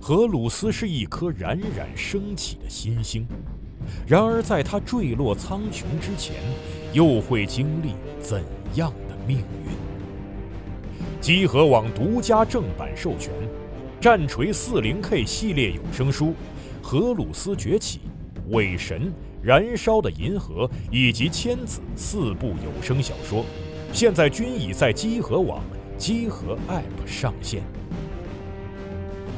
荷鲁斯是一颗冉冉升起的新星，然而在他坠落苍穹之前，又会经历怎样的命运？集合网独家正版授权，《战锤 40K 系列有声书》《荷鲁斯崛起》《伪神》《燃烧的银河》以及《千子》四部有声小说，现在均已在集合网、集合 App 上线。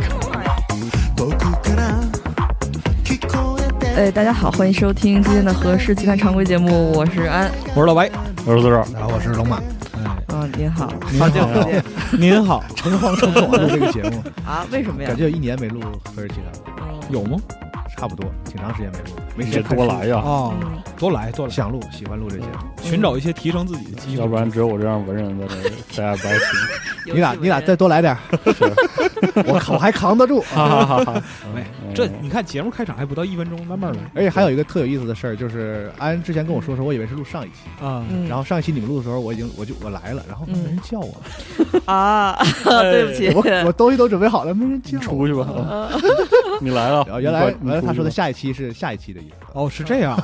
遠くから聞こえて哎，大家好，欢迎收听今天的合适集团常规节目，我是安。我是老白，我是多少？啊，我是龙 马。嗯、您好，您好久好不见您好，诚惶诚恐录这个节目，啊？为什么呀感？觉有一年没录合适集团了，有吗？差不多，挺长时间没录， 没时你间看多书来呀，哦，嗯啊多来多来，想录，喜欢录这节嗯目。寻找一些提升自己的机会。要不然只有我这样文人在这，大家不爱 听。有你俩几位你俩人再多来点儿，我靠，我还扛得住。哈哈哈！喂，这你看节目开场还不到一分钟，慢慢来而且还有一个特有意思的事儿，就是安之前跟我说的时候，我以为是录上一期，啊嗯然后上一期你们录的时候，我已经我就我来了，然后没嗯人叫我了，啊， 对不起，哎 我我东西都准备好了，没人叫我。出去吧，你来了然哦后原来原来他说的下一期是下一期的意思，哦，是这样，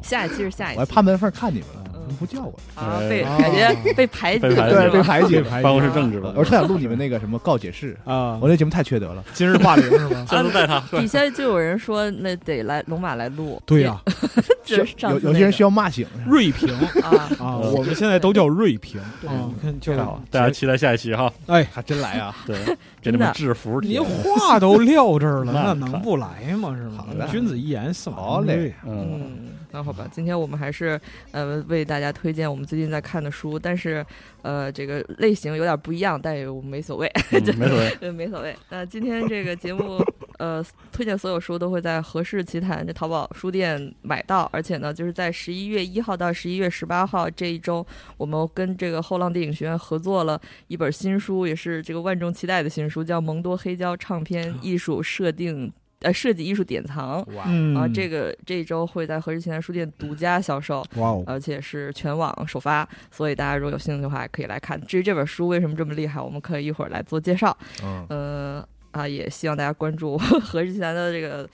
下一期是下一我期，还趴门缝看你们了，嗯你们不叫我，啊，被哎感觉被排挤被排了，挤对，是被吧？排挤了。排办挤公室政治了我。特想录你们那个什么告解室，啊我，那节目太缺德了。今日霸凌是吗？下次带他，底下就有人说，那得来龙马来录，对呀， 就是需要上有次那有些人需个要骂醒，锐评啊，啊， 我们现在都叫锐评对啊，你看就太好了，大家期待下一期哈。哎，还真 来啊！对，给你真们的制服。你话都撂这儿了，那那能不来吗？是吗好？嘞君子一言，驷马好难嘞追啊。嗯，嗯，那好吧，今天我们还是呃为大家推荐我们最近在看的书，但是呃这个类型有点不一样，但也没所谓， 嗯没所谓。呃没所谓。那今天这个节目呃推荐所有书都会在和氏奇谈这淘宝书店买到，而且呢就是在十一月一号到十一月十八号这一周，我们跟这个后浪电影学院合作了一本新书，也是这个万众期待的新书，叫《蒙多黑胶唱片艺术设定呃设计艺术典藏》。嗯啊，这个这一周会在和氏奇谈书店独家销售，哇哦，而且是全网首发，所以大家如果有兴趣的话，可以来看。至于这本书为什么这么厉害，我们可以一会儿来做介绍。嗯，呃啊，也希望大家关注 和氏奇谈的这个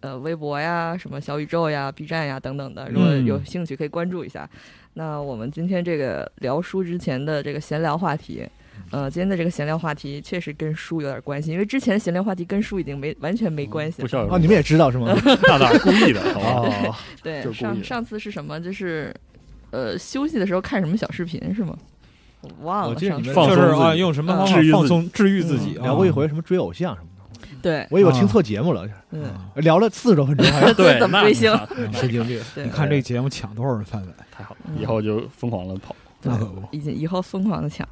呃微博呀、什么小宇宙呀、B 站呀等等的，如果嗯有兴趣可以关注一下。那我们今天这个聊书之前的这个闲聊话题。呃，今天的这个闲聊话题确实跟书有点关系，因为之前的闲聊话题跟书已经没完全没嗯关系不了。笑有什么啊哦，你们也知道是吗？那当然故意的，好吧？ 哦，对，就是故意上的上次是什么？就是，呃，休息的时候看什么小视频是吗？我忘我了记得上你次们放松就是自己啊，用什么方治愈法自己放松、治愈自己？啊聊过一回什么追偶像什么的，对，我以为我听错节目了，嗯，聊了四十多分钟，还是对，怎么那追星 那神经病。对你，看这节目抢多少人饭碗？太好了，以后就疯狂的跑。对那可不， 已经以后疯狂的抢。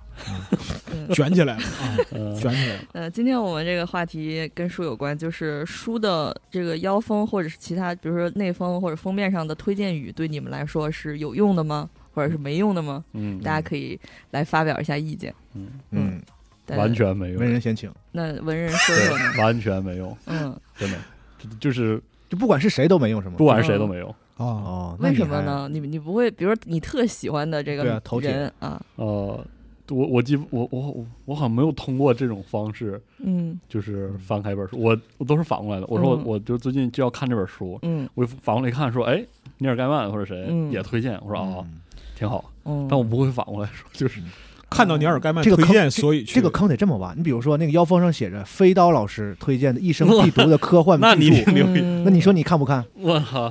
卷起来了啊，嗯卷起来了。呃，今天我们这个话题跟书有关，就是书的这个腰封或者是其他，比如说内封或者封面上的推荐语，对你们来说是有用的吗？或者是没用的吗？嗯，大家可以来发表一下意见。嗯，嗯，但完。全没用没，人先请，那文人说说呢？对，完全没用，嗯，真的，就就是就不管是谁都没用是吗？不管是谁都没用。啊，哦，那为你什么还？呢？你你不会，比如说你特喜欢的这个对啊头铁人啊，呃，我我记我我我好像没有通过这种方式，嗯就是翻开一本书，我我都是反过来的。我说我、嗯我就最近就要看这本书，嗯我反过来一看说，哎，尼尔盖曼或者谁嗯也推荐，我说啊、嗯挺好，嗯。但我不会反过来说，就是。看到尼尔盖曼这个推坑荐，所以去这个坑得这么挖。你比如说那个腰封上写着飞刀老师推荐的一生必读的科 幻那你巨著，牛逼！嗯那你说你看不看？我靠，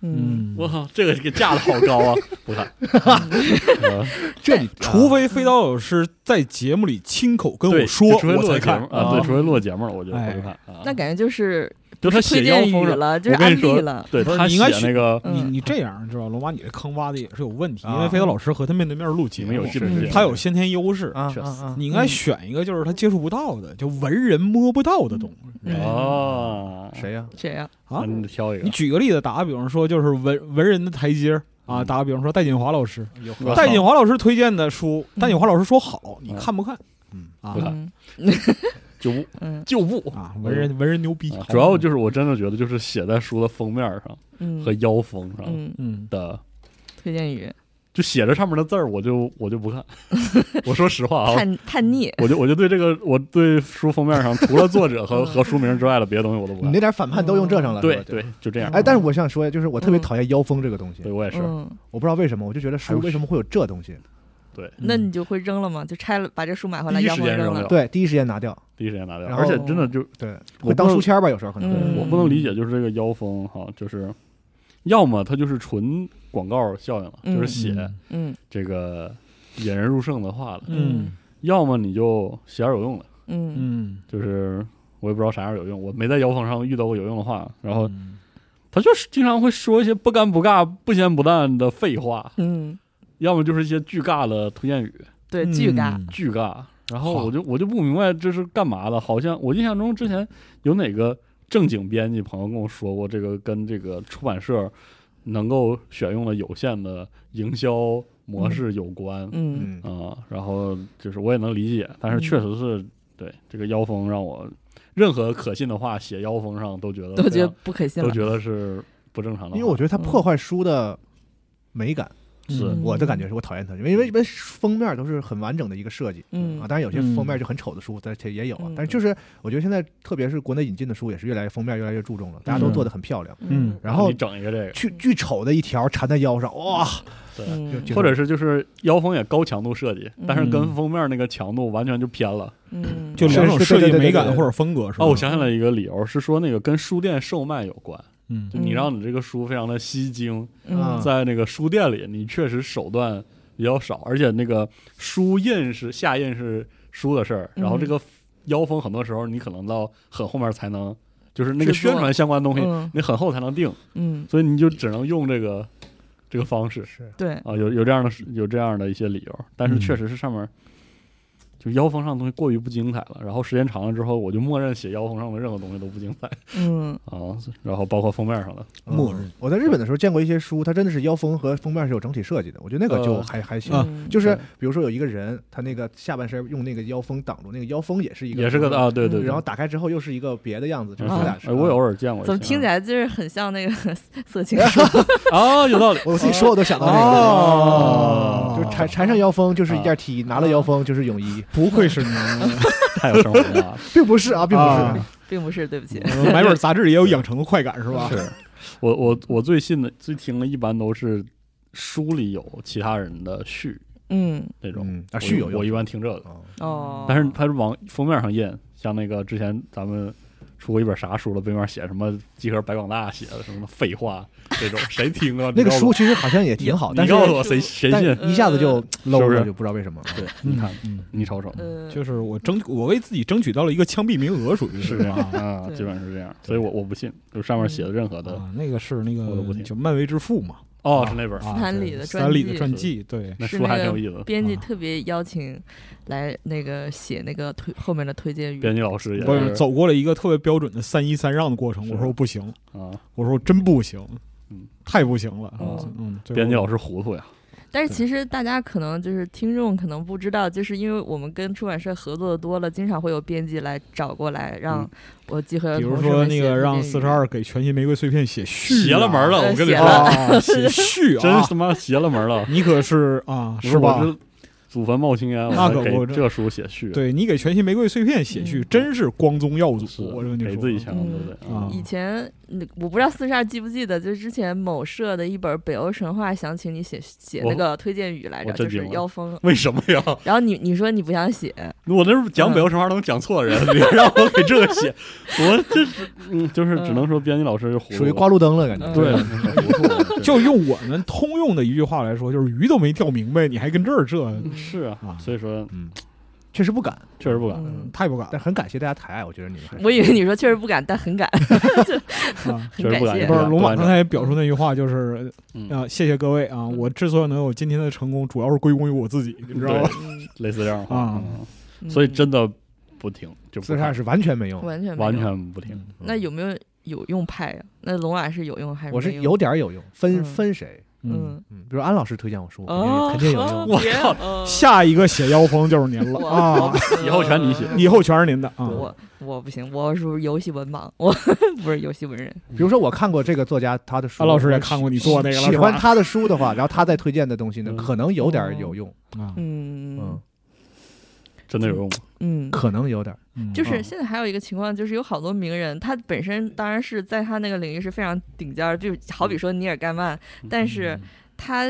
嗯，嗯，我靠，这个这个架的好高 啊！不看，嗯呃这里哎除非飞刀老师在节目里亲口跟对，我说，除非我落才节看目啊，对，除非落节目了，我就不哎会看啊。那感觉就是就他推写腰荐封语上，了，就我是跟安你说利了。对不是他你应该写那个你嗯你这样知道，龙马你这坑挖的也是有问题，啊因为飞刀老师和他面对面录节你目们，有这是本是事，嗯他有先天优势。啊确啊实啊！你应嗯该选一个就是他接触不到的，就文人摸不到的东西嗯哦，谁呀？谁呀？啊那。你挑一你个，举个例子，打个比方说，就是文文人的台阶儿啊，嗯打个比方说戴锦华老师，我戴操锦华老师推荐的书，嗯戴锦华老师说好，你嗯看不看？嗯啊不看嗯就不嗯就不啊，文人文人牛逼嗯啊，主要就是我真的觉得，就是写在书的封面上嗯和腰封上嗯，嗯，的，推荐语就写着上面的字儿，我就我就不看。 我说实话啊，叛叛逆， 我就我就对这个，我对书封面上除了作者和嗯和书名之外的别的东西我都不你看那。点反叛都用这上哦了，是对吧对。，就这样。哎，但是我想说，就是我特别嗯讨厌妖风这个东西对，我也是，嗯，我不知道为什么，我就觉得书为什么会有这东嗯西？那你就会扔了吗？就拆了，把这书买回来，第一要时么间扔扔了掉，对，第一时间拿掉，第一时间拿掉，然而且后真的就对，我会当不书签儿吧，有时候可能。嗯我不能理解，就是这个妖风哈，就是要么它就是纯广告效应了，嗯就是写嗯嗯这个引人入胜的话了；嗯要么你就写点有用的，嗯嗯，就是我也不知道啥样有用，我没在妖风上遇到过有用的话。然后嗯他就是经常会说一些不尴不尬、不咸不淡的废话，嗯，要么就是一些巨尬的推荐语，对，巨尬，嗯巨尬。然好后我就我就不明白这是干嘛的，好像我印象中之前有哪个正经编辑朋友跟我说过，这个跟这个出版社能够选用的有限的营销模式有关啊、嗯嗯，然后就是我也能理解，但是确实是、对这个妖风让我任何可信的话写妖风上都觉得都觉得非不可信常了都。觉得是不正常的话，因为我觉得它破坏书的美感，是嗯我的感觉是我讨厌它，因为因为因为封面都是很完整的一个设计。嗯啊，当然有些嗯封面就很丑的书，但是也有啊嗯。但是就是我觉得现在，特别是国内引进的书，也是越来越封面越来越注重了，大家都嗯做的很漂亮。嗯然后你整一个这个，巨巨丑的一条缠在腰上，哇！对。嗯就或者是就是妖风也高强度设计，但是嗯跟封面那个强度完全就偏了。嗯，就两种设计美感或者风格是吧？哦，我想起来一个理由是说那个跟书店售卖有关，嗯就你嗯让你这个书非常的吸睛，嗯啊在那个书店里你确实手段比较少，而且那个书印是下印是书的事儿，嗯然后这个妖风很多时候你可能到很后面才能，就是那个制作宣传相关的东西嗯你很后才能定，嗯，所以你就只能用这个这个方式。是对，啊，有有这样的有这样的一些理由，但是嗯确实是上面、就腰封上的东西过于不精彩了，然后时间长了之后，我就默认写腰封上的任何东西都不精彩 嗯啊，然后包括封面上的，默认我在日本的时候见过一些书，它真的是腰封和封面是有整体设计的，我觉得那个就呃还还行。啊嗯就是比如说有一个人，他那个下半身用那个腰封挡住，那个腰封也是一个也是个啊，对对嗯啊对，然后打开之后又是一个别的样子，就是嗯他俩，哎我有偶尔见过一些，怎么听起来就是很像那个色情书？啊，有道理 我自己说我都想到那个。哦就是缠缠上腰封就是一件 T，、拿了腰封就是泳衣，不愧是你，太有生活了，并不是啊，并不是。啊并不是，对不起。 买本杂志也有养成的快感是吧？是 我我我最信的最听的一般都是书里有其他人的序嗯那种，嗯啊，是有我用我一般听这个，哦嗯哦，但是它是往封面上印，像那个之前咱们出过一本啥书了，背面写什么集合白广大写的什么废话这 种，谁听啊？那你个告诉书我，其实好像也挺好，但你是告诉我谁谁但信？一下子就 low 是不了，是就不知道为什么。对，你看嗯，你瞅瞅，呃， 就是我争，我为自己争取到了一个枪毙名额，属于是这样 吧？啊，对基本上是这样，所以我我不信，就上面写的任何的，啊，那个是那我都不个听就漫威之父嘛，哦，是那本，斯坦李的斯坦李的传传记记，对，那是书还挺那有个意思的。编辑啊特别邀请来那个写那个推后面的推荐语。编辑老师也我是走过了一个特别标准的三一三让的过程，我说不行，啊，我说真不行，嗯，哦太不行了，嗯嗯，最后编辑老师糊涂呀，但是对其实大家可能就是听众可能不知道，就是因为我们跟出版社合作的多了，经常会有编辑来找过来，让我集合嗯比如同事说们那写个推让荐语四十二啊给《全新玫瑰碎片》写序、啊，邪了门了，我跟你邪说，啊，写序真啊他，妈邪了门了，你可是啊，不是吧？我祖坟冒青烟，我那还可给不这书写序，对你给《全息玫瑰碎片》写序，嗯真是光宗耀是啊祖。我跟你给说，自己强嗯对不对？啊以前嗯我不知道四十二记不记得，就是之前某社的一本北欧神话，想请你写写我那个推荐语来着，我震就是惊了妖风。 为什么呀？然后你你说你不想写，我那是讲北欧神话能讲错人，你让我给这个写，我这是嗯，就是只能说编辑老师糊涂了属于挂路灯了，感觉。对，嗯糊涂了 就用我们通用的一句话来说，就是鱼都没钓明白，你还跟这儿这，嗯对是啊啊，所以说嗯，确实不敢，确实不敢。嗯，太不敢了。但很感谢大家抬爱，我觉得你们还 是我以为你说确实不敢，但很敢，啊很确实感不敢谢不。是对龙马对刚才表述那句话，就是嗯啊，谢谢各位啊！我之所以能有今天的成功，主要是归功于我自己，你知道吧？ 嗯类似这样的话啊，嗯嗯所以真的不听，就不四十二看是完全没用。完全没有完。全不听。那有没有有用派呀？那龙马是有用还是我没是用有点儿有用，分嗯分谁？嗯，嗯嗯，比如安老师推荐我书，哦，嗯肯定有肯定有用。我靠靠下一个写妖风就是您了啊！以后全你写以后全是您的啊！嗯我我不行，我是游戏文盲，我 不是游戏文人。比如说我看过这个作家他的书，安老师也看过你做那个了，喜是欢吧？他的书的话，然后他再推荐的东西呢嗯，可能有点儿有用，啊嗯嗯，真的有用吗？嗯，可能有点儿。嗯就是嗯现在还有一个情况，就是有好多名人，他本身当然是在他那个领域是非常顶尖儿，就好嗯比说尼尔盖曼，但是他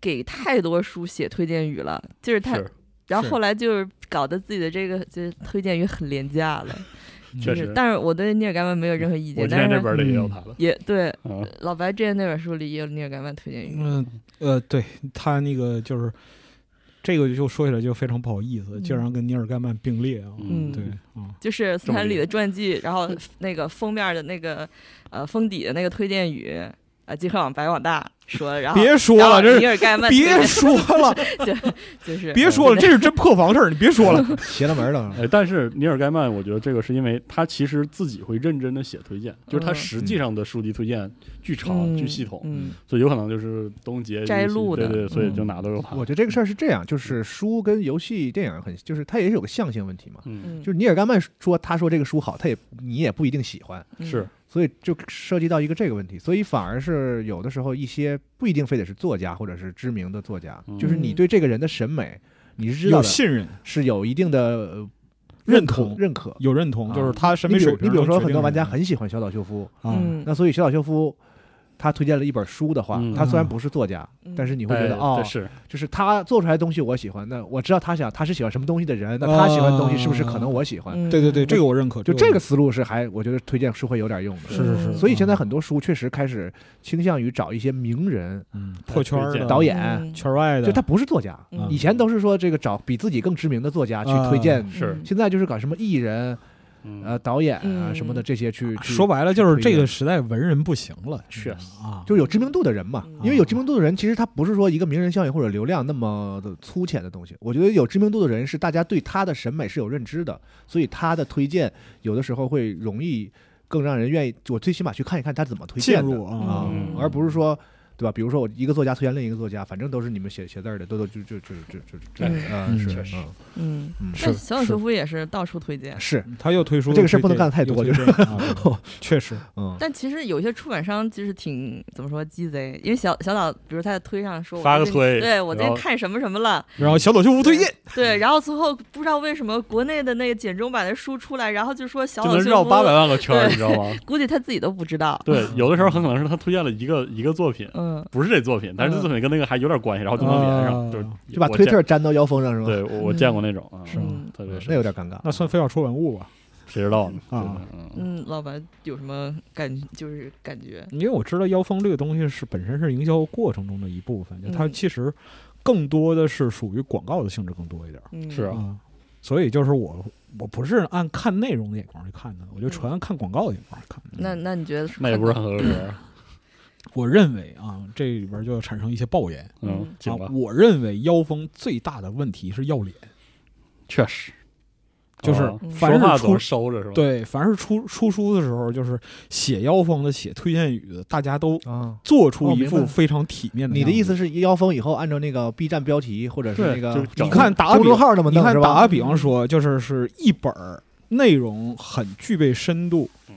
给太多书写推荐语了，就是他，是然后是后来就是搞得自己的这个就是推荐语很廉价 了，确就是实，但是我对尼尔盖曼没有任何意我见，今天但这是本里也有他的。也对嗯，老白之前那本书里也有尼尔盖曼推荐语，嗯呃，对他那个就是这个就说起来就非常不好意思，嗯竟然跟尼尔盖曼并列啊！嗯对嗯啊，就是斯这么坦厉李害的传记，然 后那个封面的那个呃封底的那个推荐语啊，极客网白网大说，然后别说然后了，这尼是尔盖曼别推说了，荐就就是别说了，这是真破防事儿，你别说了。邪了门儿 了，哎，但是尼尔盖曼，我觉得这个是因为他其实自己会认真的写推荐，就是他嗯实际上的书籍推荐巨长、嗯巨系统，嗯所以有可能就是东杰摘录的对对，所以嗯就拿到了他我。觉得这个事儿是这样，就是书跟游戏、电影很，就是它也有个象性问题嘛。嗯，嗯就是尼尔盖曼说他说这个书好，他也你也不一定喜欢，嗯是啊所以就涉及到一个这个问题，所以反而是有的时候一些不一定非得是作家或者是知名的作家，嗯就是你对这个人的审美你是知道有的，信任，是有一定的呃认可同认可。有认同，啊就是他审你美比水如平。你比如说很多玩家很喜欢小岛秀夫，啊，嗯那所以小岛秀夫他推荐了一本书的话嗯，他虽然不是作家，但是你会觉得哎哦对，是就是他做出来的东西我喜欢，那我知道他想他是喜欢什么东西的人，那他喜欢的东西是不是可能我喜欢？嗯对对对，这个我认可。就我这认个可思路是还我觉得推荐是会有点用的。是是是，嗯所以现在啊很多书确实开始倾向于找一些名人、嗯破圈儿推的荐导演，嗯圈外的，就他不是作家，嗯以前都是说这个找比自己更知名的作家去啊推荐，是嗯现在就是搞什么艺人、嗯呃，导演啊嗯什么的这些去去说白了就是这推个荐时代文人不行了，确嗯实啊，就是有知名度的人嘛嗯，因为有知名度的人，其实他不是说一个名人效应或者流量那么的粗浅的东西。我觉得有知名度的人是大家对他的审美是有认知的，所以他的推荐有的时候会容易更让人愿意，我最起码去看一看他怎么推进荐的入啊啊嗯，而不是说。对吧？比如说我一个作家推荐另一个作家，反正都是你们写写字儿的，都都就就就就就就，嗯嗯，是确实嗯嗯，嗯但是小岛秀夫也是到处推荐，是，他又推出这个事儿推不能荐干太多又推荐啊确实嗯，但其实有些出版商就是挺怎么说鸡贼，因为小小岛，比如他在推上说我发个最近推对我今然天后看什么什么了，然后小岛秀夫推荐，对，然后最后不知道为什么国内的那个简中版的书出来，然后就说小就岛能秀绕八百夫，万个圈儿，对你知道 吗？估计他自己都不知道。对，有的时候很可能是他推荐了一个一个作品，嗯，不是这作品，但是这作品跟那个还有点关系，然后就能连上，啊就是就把我推见特粘到腰封上是吧？对我我见过那种啊，是吗嗯特别嗯，是那有点尴尬。那算非要说文物吧，谁知道呢？啊对的，嗯嗯，老板有什么感？就是感觉，嗯因为我知道妖风这个东西是本身是营销过程中的一部分，就它嗯其实更多的是属于广告的性质更多一点儿嗯，是啊啊，所以就是我我不是按看内容的眼光去看的，我就纯按看广告的眼光去看的。那那你觉得嗯那也不是很合格，我认为啊，这里边就要产生一些爆言嗯嗯，行啊吧，，我认为妖风最大的问题是要脸，确实，就是哦啊凡说话是总出是收着是吧？，对，凡是出出书的时候，就是写妖风的、写推荐语的，大家都啊，做出一哦明副白非常体面的你样子。的意思是妖风以后按照那个 B 站标题或者是对那就个整你看打个公比众号那么你弄看，是打吧个？比方说，就是是一本儿内容很具备深度嗯，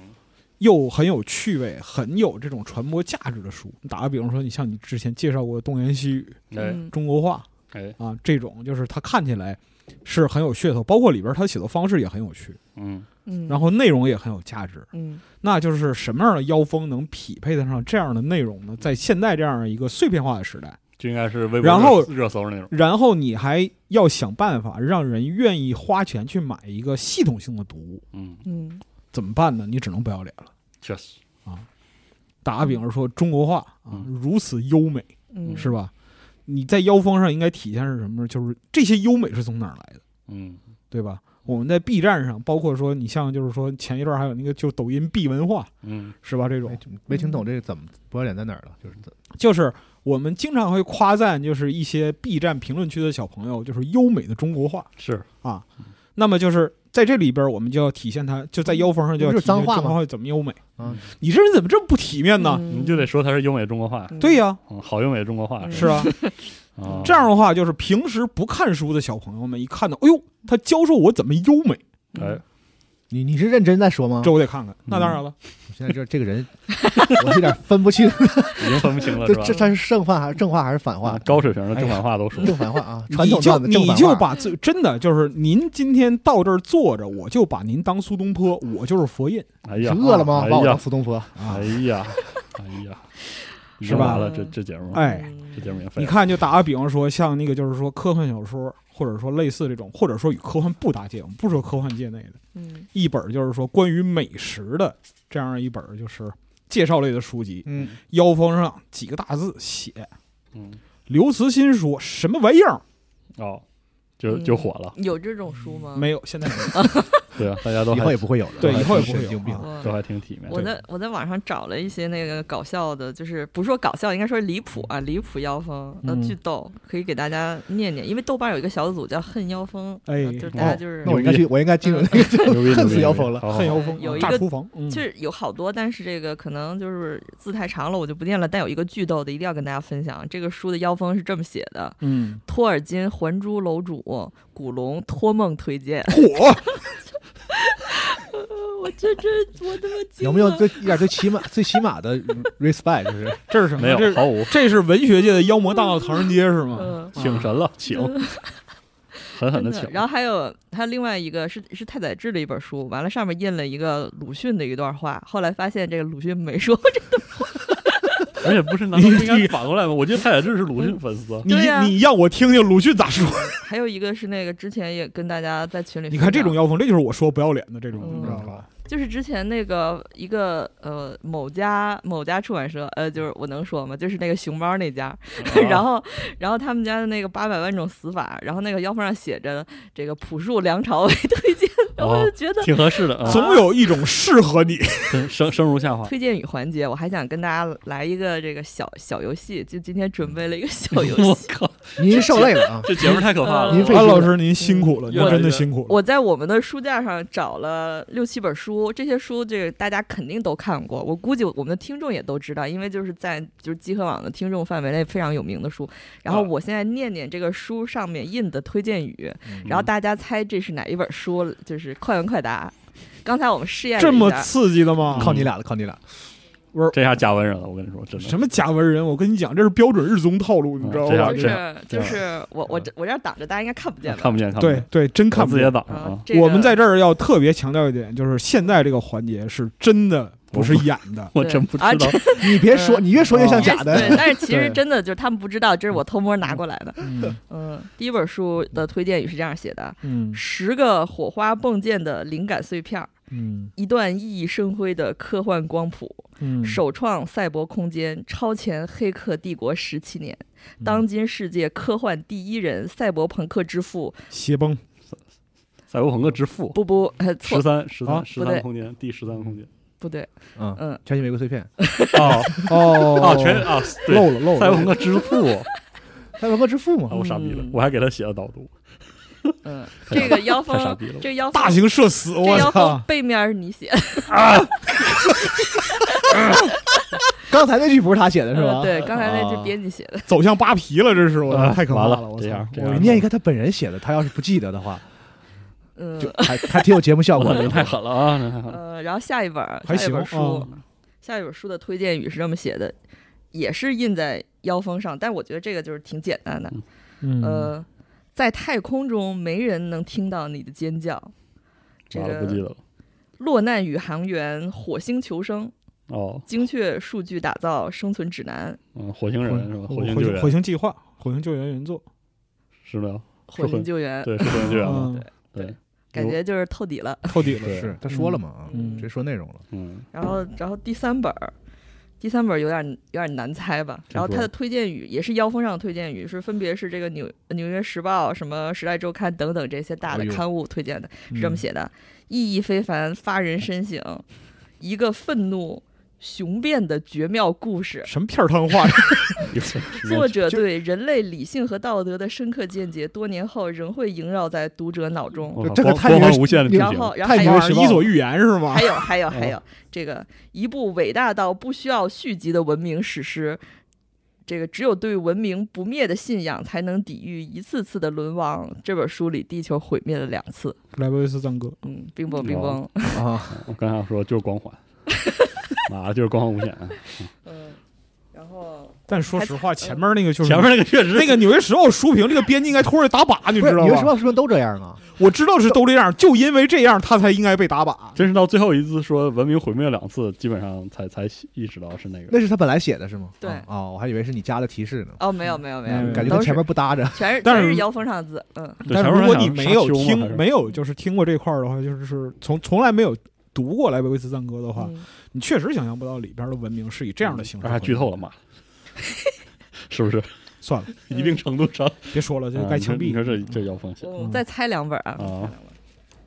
又很有趣味，很有这种传播价值的书。打个比方说，你像你之前介绍过《东言西语嗯哎》中国话，哎，啊，这种就是它看起来是很有噱头，包括里边它写作方式也很有趣，嗯，嗯，哎然后后内容也很有价值。嗯那就是什么样的妖风能匹配得上这样的内容呢？在现在这样一个碎片化的时代，就应该是微博然后热热搜那种，然后你还要想办法让人愿意花钱去买一个系统性的读物，嗯，嗯怎么办呢？你只能不要脸了。确实，打个比方说，中国画啊嗯，如此优美，嗯，是吧？你在妖风上应该体现是什么呢？就是这些优美是从哪儿来的，嗯对吧？我们在 B 站上，包括说你像就是说前一段还有那个就抖音 B 文化嗯是吧？这种没没听懂这个怎么不要脸在哪儿了，就是怎就是我们经常会夸赞，就是一些 B 站评论区的小朋友，就是优美的中国话是，啊。那么就是在这里边，我们就要体现它，就在妖风上就要体不是现脏话吗中国话怎么优美。啊嗯，你这人怎么这么不体面呢？嗯你就得说它是优美中国话，嗯对呀、嗯，好优美中国话嗯是啊，啊，这样的话就是平时不看书的小朋友们一看到，哎呦，他教授我怎么优美，嗯哎，你你是认真在说吗？这我得看看。那当然了，我现在这这个人，我有点分不清，已经分不清了，这是吧？这他是正话还是正话还是反话啊？高水平的正反话都说，正反话啊，传你统就段子正你反就话。把自真的就是您今天到这儿坐着，我就把您当苏东坡，我就是佛印。哎你呀，是饿了吗？哎把我当呀，苏东坡，哎呀，哎呀，已经是吧完了，这这节目，哎，嗯这节目也废你了，看，就打个比方说，像那个就是说科幻小说，或者说类似这种，或者说与科幻不搭界，我们不说科幻界内的嗯一本，就是说关于美食的这样一本就是介绍类的书籍，嗯，腰封上几个大字写嗯，刘慈欣说什么玩意儿？嗯哦，就就火了，有这种书吗？没有，现在没有对啊，大家都以后还也不会有的。对，以后也不会神经有病。啊。都我还挺体面，我在我在网上找了一些那个搞笑的，就是不是说搞笑，应该说离谱啊，离谱妖风，呃，嗯巨逗，可以给大家念念。因为豆瓣有一个小组叫“恨妖风”，哎呃就是大家就是那我应该去，我应该进入那个 牛逼，恨死妖风了了恨妖风有一炸个厨房，嗯就是有好多，但是这个可能就是字太长了，我就不念了。但有一个巨逗的，一定要跟大家分享。这个书的妖风是这么写的：嗯，托尔金《还珠楼主》，古龙托梦推荐。火， 我这这我他妈惊有没有了最一点最起码 最起码的 respect？就是这是什么？没有，这毫无这是文学界的妖魔大闹唐人街是吗？嗯，请神了，请， 狠狠真的的请，。然后还有还有另外一个是是太宰治的一本书，完了上面印了一个鲁迅的一段话，后来发现这个鲁迅没说 这而且不是难道不应该反过来吗？我觉得太宰治是鲁迅粉丝啊，你对呀你让我听听鲁迅咋说？还有一个是那个之前也跟大家在群里分 你享，看这种妖风，这就是我说不要脸的这种，嗯你知道吧？就是之前那个一个呃某家某家出版社，呃，就是我能说吗？就是那个熊猫那家， 然后然后他们家的那个八百万种死法，然后那个腰封上写着这个朴树、梁朝伟推荐， 然后我就觉得挺合适的啊，总有一种适合你。真生生如夏花，推荐语环节，我还想跟大家来一个这个小小游戏，就今天准备了一个小游 我戏。嗯靠，您受累了啊！这节目太可怕了，您费 安事老了师您辛苦了，您我真的辛苦了。嗯我在我们的书架上找了六七本书，这些书这个大家肯定都看过，我估计我们的听众也都知道，因为就是在就是集合网的听众范围内非常有名的书。然后啊我现在念念这个书上面印的推荐语，嗯然后大家猜这是哪一本书，就是快问快答。刚才我们试验了这一么下，刺激的吗？靠你俩了，靠你俩了！这下加温人了，我跟你说，真的什么假文人？我跟你讲，这是标准日综套路，你知道这吧样就？这是就这样是我我这我这儿挡着，大家应该看不见吧？啊看不见，看不对见，对，真看看不自己见也。挡着啊啊，，这个我们在这儿要特别强调一点，就是现在这个环节是真的，不是演 的。我真不知道啊这你别说，嗯你越说越像哦假对，的。但是其实对真的就是他们不知道，这是我偷摸拿过来的。嗯嗯，第一本书的推荐语是这样写的：嗯十个火花迸溅的灵感碎片儿，嗯一段熠熠生辉的科幻光谱，嗯，首创赛博空间，超前黑客帝国十七年，当今世界科幻第一人，赛博朋克之父，鞋崩赛博朋克之父不不，呃十错，三十啊三十不对三空间第十三空间不对，嗯，嗯，全息玫瑰碎片哦哦哦全啊对，漏了哦漏赛博朋了，克之父啊，赛博克之父嘛，我傻逼了嗯，我还给他写了导读，嗯，这个妖风太傻逼了，我这个妖风大，型社死，这个我妖风操！背面是你写的，刚才那句不是他写的是吧？呃对，刚才那啊是编辑写的，走向扒皮了，这是我啊太可怕完了我这操样！这我样哦念一个他本人写的，他要是不记得的话，嗯 就还还挺有节目效果哇，的 您。太狠了啊，您太狠了，呃，然后下一本儿还下一行本书嗯啊，下一本书的推荐语是这么写的，也是印在腰封上，但我觉得这个就是挺简单的嗯。嗯，呃，在太空中没人能听到你的尖叫。这完了不记个得了。落难宇航员火星求生哦，精确数据打造生存指南嗯，火星人是吧？火星救星火援星计划、火星救援原作，是的，是火很星救援，对，是火星救援嘛？嗯，对，感觉就是透底了。透底了，对是他说了嘛啊，嗯直接说内容了。嗯，然后，然后第三本儿，第三本儿有点有点难猜吧。请然后它说的推荐语也是妖风上的推荐语，是分别是这个纽纽约时报、什么时代周刊等等这些大的哎呦刊物推荐的，嗯是这么写的：意义非凡，发人深省，一个愤怒雄辩的绝妙故事。什么片儿汤话？作者对人类理性和道德的深刻见解，多年后仍会萦绕在读者脑中。我靠这个光太原光环无限的然剧情后，，然后太还牛有了是伊索寓言是吗还？有还有还嗯有这个一部伟大到不需要续集的文明史诗，这个只有对文明不灭的信仰才能抵御一次次的沦亡。这本书里，地球毁灭了两次。莱维斯赞歌，嗯，冰崩冰崩哦。 啊，我刚想说就是光环，妈的，就是光环无限啊。嗯，然后但说实话，前面那个就是前面那个确实那个《纽约时报》书评，这个编辑应该拖着打靶，你不是知《道纽约时吗？报》是不是都这样啊？我知道是都这样，就因为这样，他才应该被打靶。真是到最后一次说文明毁灭两次，基本上才才意识到是那个。那是他本来写的是吗？对啊哦，我还以为是你加的提示呢，哦，没有没有没嗯有，感觉都他是前面不搭着。全是但全是是妖风上的字。嗯，对前但是面如果还你想没有沙丘吗还听，是没有就是听过这块儿的话，就是从从来没有读过莱维维斯赞歌的话，嗯你确实想象不到里边的文明是以这样的形式。啊而且还剧透了，妈， 是不是？算了，一定程度上，别说 了，就嗯该枪啊你毙。说你说这这要风险，我再猜两本啊，再猜啊两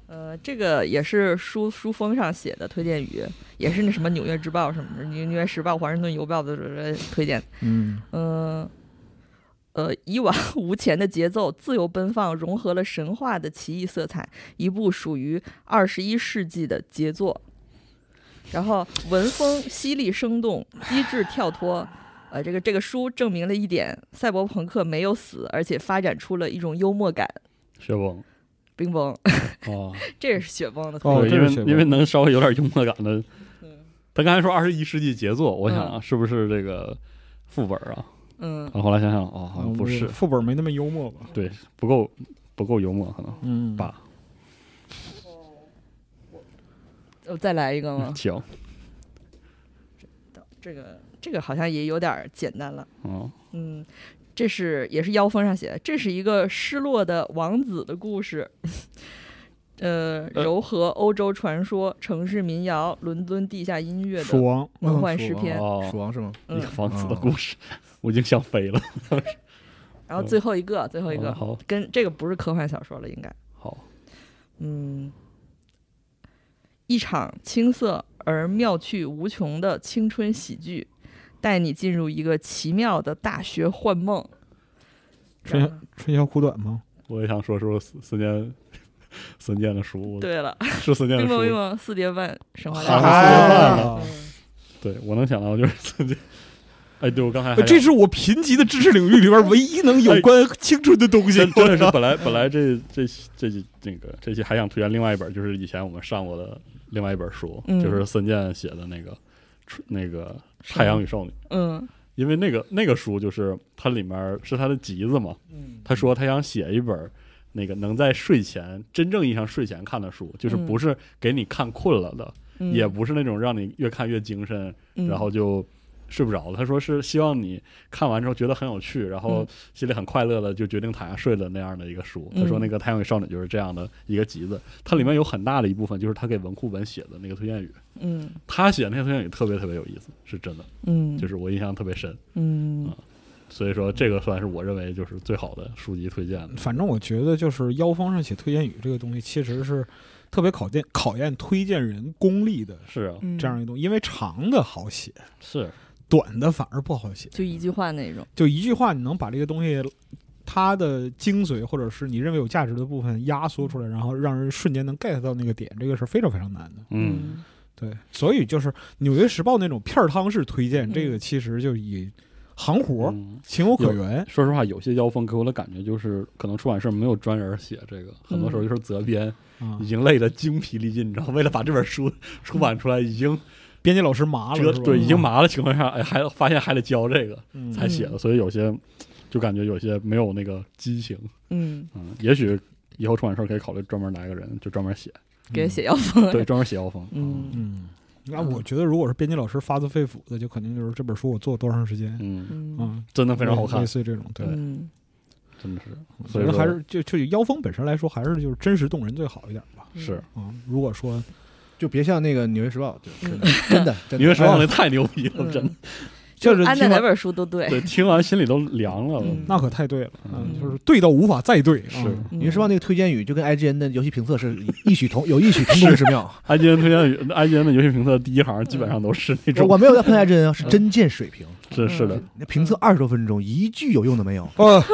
本。呃，这个也是书书封上写的推荐语，也是那什么《纽约时报》什么《纽约时报》《华盛顿邮报》的推荐的嗯，嗯，呃，以往无前的节奏自由奔放，融合了神话的奇异色彩，一部属于二十一世纪的杰作。然后文风犀利生动，机智跳脱。呃，这个这个书证明了一点：赛博朋克没有死，而且发展出了一种幽默感。雪崩冰崩， 啊，这也是雪崩的推哦对，这因是雪为崩因为能稍微有点幽默感的嗯。他刚才说二十一世纪杰作，我想啊嗯是不是这个副本啊？嗯，然后后来想想，哦，好像不是，副本没那么幽默吧？对，不够不够幽默，可能嗯吧我再来一个吗？行，这个这个好像也有点儿简单了。嗯，嗯，这是也是妖风上写的，这是一个失落的王子的故事。 呃，呃糅合欧洲传说、城市民谣、伦敦地下音乐鼠的王，嗯梦幻诗篇。鼠哦，王是吗？一嗯个，房子的故事，我已经想飞了。然后最后一个，最后一嗯好个，好跟这个不是科幻小说了，应该，好，嗯，一场青涩而妙趣无穷的青春喜剧，带你进入一个奇妙的大学幻梦。春然后春宵苦短吗？我也想说说孙孙 健孙健的书，对了，是孙健 的冰书梦。冰梦四叠半神话好大好学。哎啊嗯对我能想到就是孙健。哎，对我刚才还呃这是我贫瘠的知识领域里边唯一能有关青春的东西真。真的是我本来本来这这这这那个这期还想推荐另外一本，就是以前我们上过的另外一本书，嗯就是孙健写的那个春那个《太阳与少女》，嗯因为那个那个书就是它里面是他的集子嘛，嗯他说他想写一本那个能在睡前真正意义上睡前看的书，就是嗯不是给你看困了的，嗯，也不是那种让你越看越精神，嗯，然后就睡不着了。他说是希望你看完之后觉得很有趣，然后嗯心里很快乐的就决定躺下睡了那样的一个书。他说嗯那个《太阳与少女》就是这样的一个集子，它里面有很大的一部分就是他给文库本写的那个推荐语，嗯他写的那些推荐语特别特别有意思，是真的，嗯，就是我印象特别深。嗯啊所以说这个算是我认为就是最好的书籍推荐了。反正我觉得就是妖方上写推荐语这个东西，其实是特别考验考验推荐人功力的是啊，嗯这样一个东西，因为长的好写，是短的反而不好写。就一句话那种，就一句话，你能把这个东西它的精髓，或者是你认为有价值的部分压缩出来，然后让人瞬间能 get 到那个点，这个是非常非常难的。嗯，对，所以就是《纽约时报》那种片儿汤式推荐，嗯这个其实就以行活儿嗯情有可原。说实话，有些妖风给我的感觉就是，可能出版社没有专人写这个，很嗯多时候就是责编啊已，经累得精疲力尽，你知道，为了把这本书出版出来，已经编辑老师麻了折是吧，对已经麻了情况下，哎，还发现还得教这个嗯才写的，所以有些就感觉有些没有那个激情。嗯，嗯，也许以后出版社可以考虑专门来个人，就专门写，给写药方。对，专门写啊妖风。嗯嗯，那我觉得如果是编辑老师发自肺腑的，就肯定就是这本书我做了多长时间，嗯，嗯嗯，真的非常好类看，似于这种，对。嗯，真的是。所所以以说说还是就就以妖风本身来说，还是就是真实动人最好一点吧。是啊，如果说就别像那个《纽约时报》，对嗯真的，真的，因为时《时报报》那太牛逼 了，嗯真的。就是安在听哪完本书都对。对，听完心里都凉了。嗯那可太对了，嗯嗯，就是对到无法 再对，啊是哦《纽约时报》那个推荐语就跟 IGN 的游戏评测是异曲同有异曲同是工之妙。 IGN 推荐语 IGN 的游戏评测第一行基本上都是我那种，我没有在喷 IGN 啊，是真见水平。是是的，那评测二十多分钟，一句有用都没有，嗯 呃，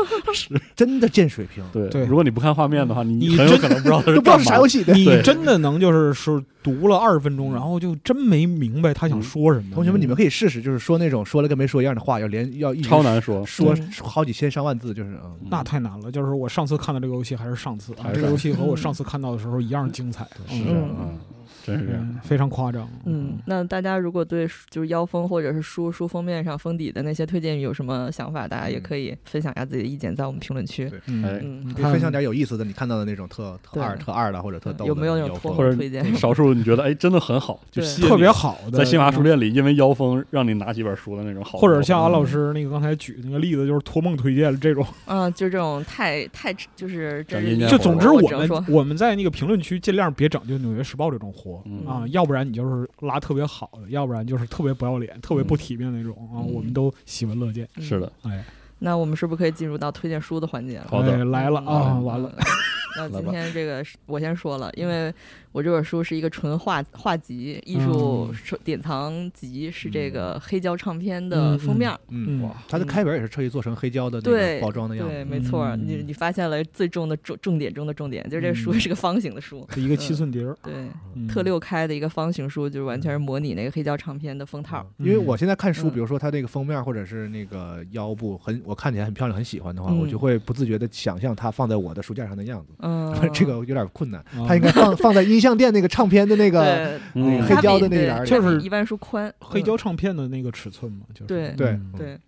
真的见水平，对。对如果你不看画面的话，你你很有真可能 不知道它都是不知道干是啥嘛游。戏的。你对真的能就是是读了二十嗯分钟，然后就真没明白他想说什么。同学们，你们可以试试，就是说那种说了跟没说一样的话，要连要一直超难说，说对好几千上万字，就是嗯。那太难了。就是我上次看到这个游戏还是上次啊还，是这个游戏和我嗯上次看到的时候一样精彩，是这嗯样，嗯，真是这样嗯。非常夸张。嗯，那大家如果对书就是腰封或者是书书封面上封底的那些推荐语有什么想法，大家嗯也可以分享一下自己的意见，在我们评论区。嗯，哎嗯，可以分享点有意思的，你看到的那种特特二、对特二的或者特逗的，嗯有没有那种风脱或者口推荐？少数你觉得哎真的很好，就对吸引你特别好的，嗯在新华书店嗯里，因为妖风让你拿几本书的那种好，或者像安老师那个刚才举那个例子，就是托梦推荐这种。嗯，就这种太太就是真斩钉截是铁就总之，哎我我只能们说，我们在那个评论区尽量别整就《纽约时报》这种活嗯啊，要不然你就是拉特别好的，要不然就是特别不要脸、特别不体面那种啊，嗯我们都喜闻乐见。嗯是的，哎，那我们是不是可以进入到推荐书的环节了？好的哎来了啊，完了， 嗯嗯。那今天这个是我先说了，因为我这本书是一个纯画画集，艺术嗯收典藏集，是这个黑胶唱片的嗯封面儿。嗯，哇，它的开本也是特意做成黑胶的那个对包装的样对，子。没错儿，嗯你你发现了最重的重重点中的重点，就是这个书嗯是个方形的书，一个七寸碟儿，对，嗯特六开的一个方形书，就是完全是模拟那个黑胶唱片的封套儿。因为我现在看书，嗯比如说它那个封面或者是那个腰部很，我看起来很漂亮，很喜欢的话，嗯我就会不自觉的想象它放在我的书架上的样子。，嗯 这个有点困难，嗯它应该放 放在音像店那个唱片的那个对嗯黑胶的那对栏里，就是一般书宽，嗯黑胶唱片的那个尺寸嘛，就是对对嗯对。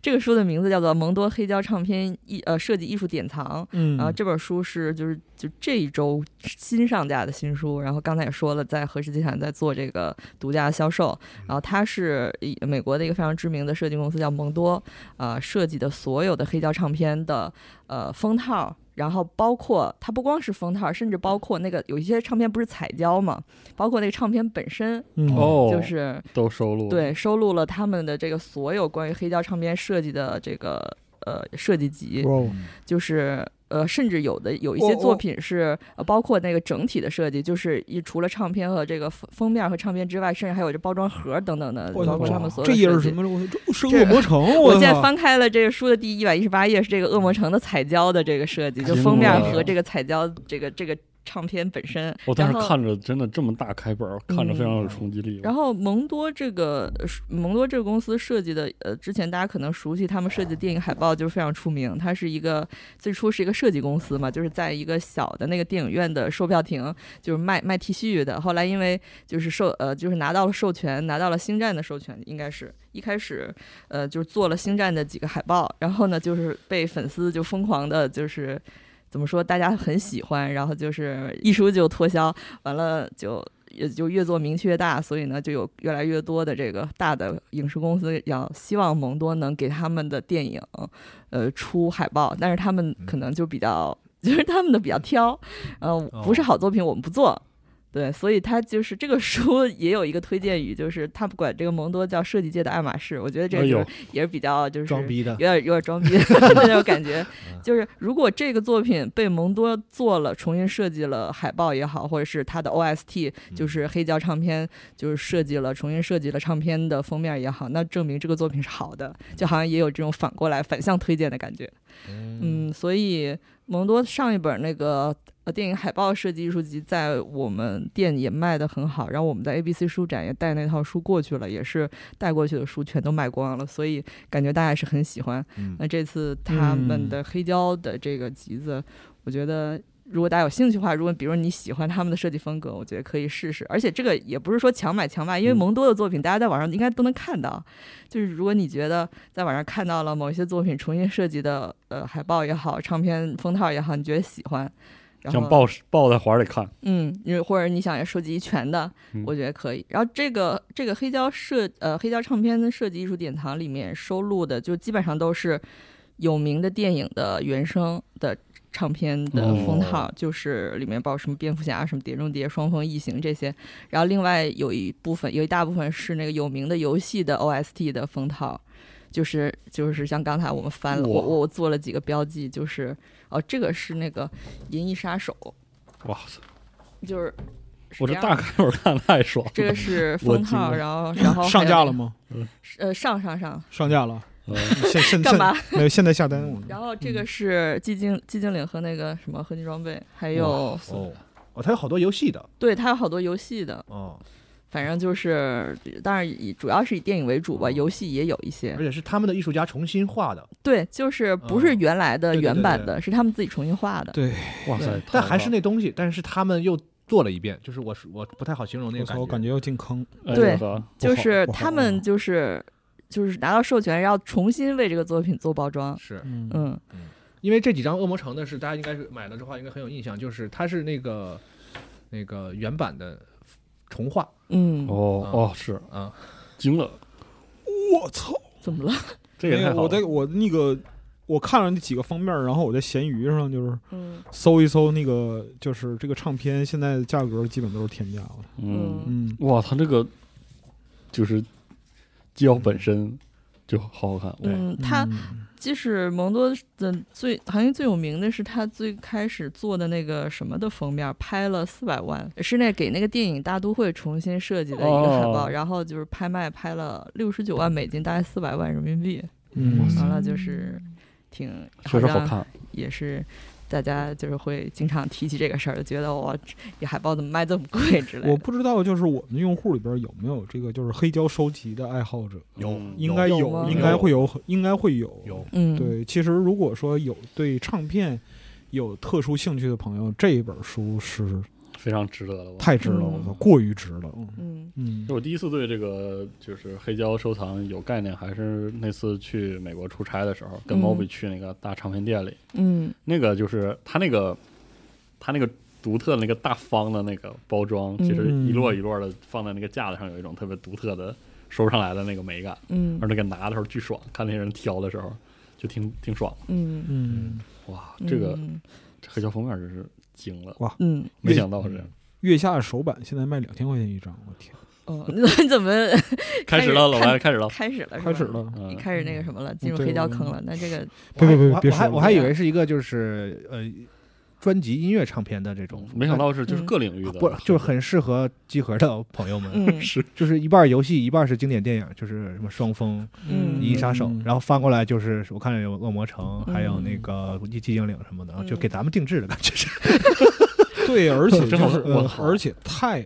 这个书的名字叫做《蒙多黑胶唱片艺呃设计艺术典藏》，嗯，然后啊这本书是就是就这一周新上架的新书，然后刚才也说了，在和氏集团在做这个独家销售，然后它是以美国的一个非常知名的设计公司叫蒙多，呃设计的所有的黑胶唱片的呃封套。然后包括它不光是封套，甚至包括那个有一些唱片不是彩胶嘛，包括那个唱片本身嗯，哦，就是都收录了，对，收录了他们的这个所有关于黑胶唱片设计的这个呃设计集，哦就是呃，甚至有的有一我些我作品是、呃、包括那个整体的设计，就是一除了唱片和这个封封面和唱片之外，甚至还有这包装盒等等的，我包括他们所有这的页设计是什？么？啊我这生这恶魔城，我的现在妈翻开了这个书的第一百一十八页，是这个恶魔城的彩胶的这个设计，就惊封面了哦和这个彩胶这个这个唱片本身。我当时然后嗯看着真的这么大开本儿，看着非常有冲击力。然后蒙多这个呃是蒙多这个公司设计的，呃，之前大家可能熟悉他们设计的电影海报就是非常出名。它是一个最初是一个设计公司嘛，就是在一个小的那个电影院的售票亭，就是卖卖 T 恤的。后来因为就是授呃就是拿到了授权，拿到了星战的授权，应该是一开始呃就是做了星战的几个海报，然后呢就是被粉丝就疯狂的就是。怎么说？大家很喜欢，然后就是一出就脱销，完了就也就越做名气越大，所以呢，就有越来越多的这个大的影视公司要希望蒙多能给他们的电影，呃，出海报，但是他们嗯可能就比较， 就是他们的比较挑，呃，哦不是好作品我们不做。对，所以他就是这个书也有一个推荐语，就是他管这个蒙多叫设计界的爱马仕，我觉得这哎个就呦是也是比较就是装逼的有点有点装逼的那种感觉。 就是如果这个作品被蒙多做了，重新设计了海报也好，或者是它的 OST，就是黑胶唱片，就是设计了重新设计了唱片的封面也好，那证明这个作品是好的，就好像也有这种反过来反向推荐的感觉。嗯，所以蒙多上一本那个。呃，电影海报设计艺术集在我们店也卖的很好，然后我们在 ABC 书展也带那套书过去了，也是带过去的书全都卖光了，所以感觉大家也是很喜欢。嗯那这次他们嗯的黑胶的这个集子，我觉得如果大家有兴趣的话，如果比如你喜欢他们的设计风格，我觉得可以试试。而且这个也不是说强买强卖，因为嗯蒙多的作品大家在网上应该都能看到。就是如果你觉得在网上看到了某一些作品重新设计的呃海报也好，唱片封套也好，你觉得喜欢，然后想抱抱在怀里看，嗯，因为或者你想要收集一全的嗯，我觉得可以。然后这个这个黑胶设呃黑胶唱片的设计艺术典藏里面收录的，就基本上都是有名的电影的原声的唱片的哦封套，就是里面包括什么蝙蝠侠、什么碟中谍、双峰、异形这些。然后另外有一部分，有一大部分是那个有名的游戏的 OST 的封套。就是就是像刚才我们翻了，我哇我我做了几个标记，就是哦，这个是那个《银翼杀手》，哇塞！就是是我这样大的开口看太爽了。这个是我封惊套，了然后然后还 上有架那了个？吗？呃，上上上。上架了，嗯 现现干现嘛没有，现在下 单。我然后这个是寂静寂静岭和那个什么合金装备，还有哦哦，它有好多游戏的对它有好多游戏的，哦，反正就是当然以主要是以电影为主吧，游戏也有一些而。且是他们的艺术家重新画的，对，就是不是嗯原来的对对原对版对的，是他们自己重新画的。对，哇塞！但太还是棒那东西，但是他们又做了一遍，就是我我不太好形容那我个操，我感感觉。觉要进坑。哎对我操不就好是不好他不们好就是就是拿到授权，然后重新为这个作品做包装。是嗯，嗯，因为这几张恶魔城的是大家应该是买了之后应该很有印象，就是它是那个那个原版的重画嗯，哦哦是啊，惊了，我操！怎么了？这个没太有，好我在了。我那个我看了那几个封面，然后我在闲鱼上就是嗯搜一搜那个，就是这个唱片现在价格基本都是天价了。嗯，嗯，哇，他这个就是胶本身就好好看。哇嗯，它嗯即使蒙多的最行业最有名的是他最开始做的那个什么的封面，拍了四百万，是那给那个电影《大都会》重新设计的一个海报，哦然后就是拍卖拍了六十九万美金，大概四百万人民币，嗯，完了就是挺确实好像看，也是。大家就是会经常提起这个事儿，就觉得哇，这海报怎么卖这么贵之类的。我不知道，就是我们用户里边有没有这个就是黑胶收集的爱好者，有嗯应该有吗应该会有，应该会有。有嗯，，对，其实如果说有对唱片有特殊兴趣的朋友，这一本书是非常值得了。哇太值了，嗯我操，过于值了。嗯嗯就，我第一次对这个就是黑胶收藏有概念，还是那次去美国出差的时候，嗯跟 Moby 去那个大唱片店里，嗯那个就是它那个它那个独特的那个大方的那个包装，其实嗯一摞一摞的放在那个架子上，有一种特别独特的收上来的那个美感，嗯而那个拿的时候巨爽，看那些人挑的时候就挺挺爽的。嗯，嗯，哇，这个嗯这黑胶封面真是惊 了，嗯，没想到是这样。月下手版现在卖两千块钱一张，我天，哦， 你怎么开始了，老白开始了，开始了？是吧开始了。嗯你，开始那个什么了，进入对黑胶我坑了。那这个，别别别我还别我还说了我还以为是一个就是呃专辑音乐唱片的这种，哎没想到是啊就是嗯各领域的，不就是很适合集合的朋友们，嗯 是就是一半儿游戏一半儿是经典电影，就是什么双峰、嗯一杀手，然后后翻过来就是我看有恶魔城，还有那嗯个一寂静岭什么的，然后就嗯给咱们定制的感觉是，对，而且真就好是我呃靠而且太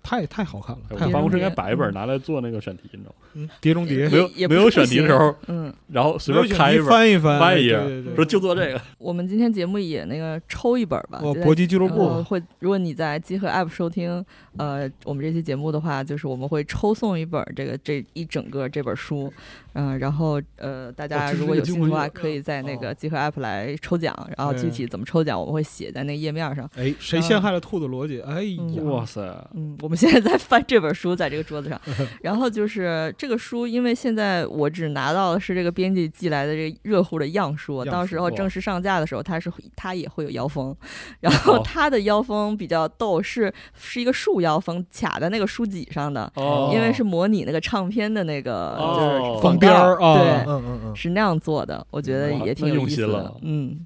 太太好看了，哎我太好办看公了室应该摆一本拿来做那个选题，你知道吗？嗯碟中谍也没有也没不有是不选行题的时候，嗯，然后随便没有开一选本，题翻一翻，哎翻一页对对说对，就做这个，我们今天节目也那个抽一本吧。哦，就在搏击俱乐呃部，会，如果你在集合 App 收听，呃，我们这期节目的话，就是我们会抽送一本这个这一整个这本书，嗯、然后呃，大哦家这是如果一有个兴惊趣的魂话，夜可以在那哦个集合 App 来抽奖，然后具哎体怎么抽奖，我们会写在那个页面上。哎，谁陷害了兔子罗姐？哎呀，哇塞，嗯，我们现在在翻这本书，在这个桌 子上。然后就是这个书，因为现在我只拿到的是这个编辑寄来的这个热乎的样书，样到书时候哇正式上架的时候，它是会它也会有腰 封，然后哦它的腰封比较逗，是是一个竖腰封卡在那个书脊上的，哦，因为是模拟那个唱片的那个就是哦放边儿广告啊对嗯嗯嗯，是那样做的，我觉得哇也挺那有用意心思的了。 嗯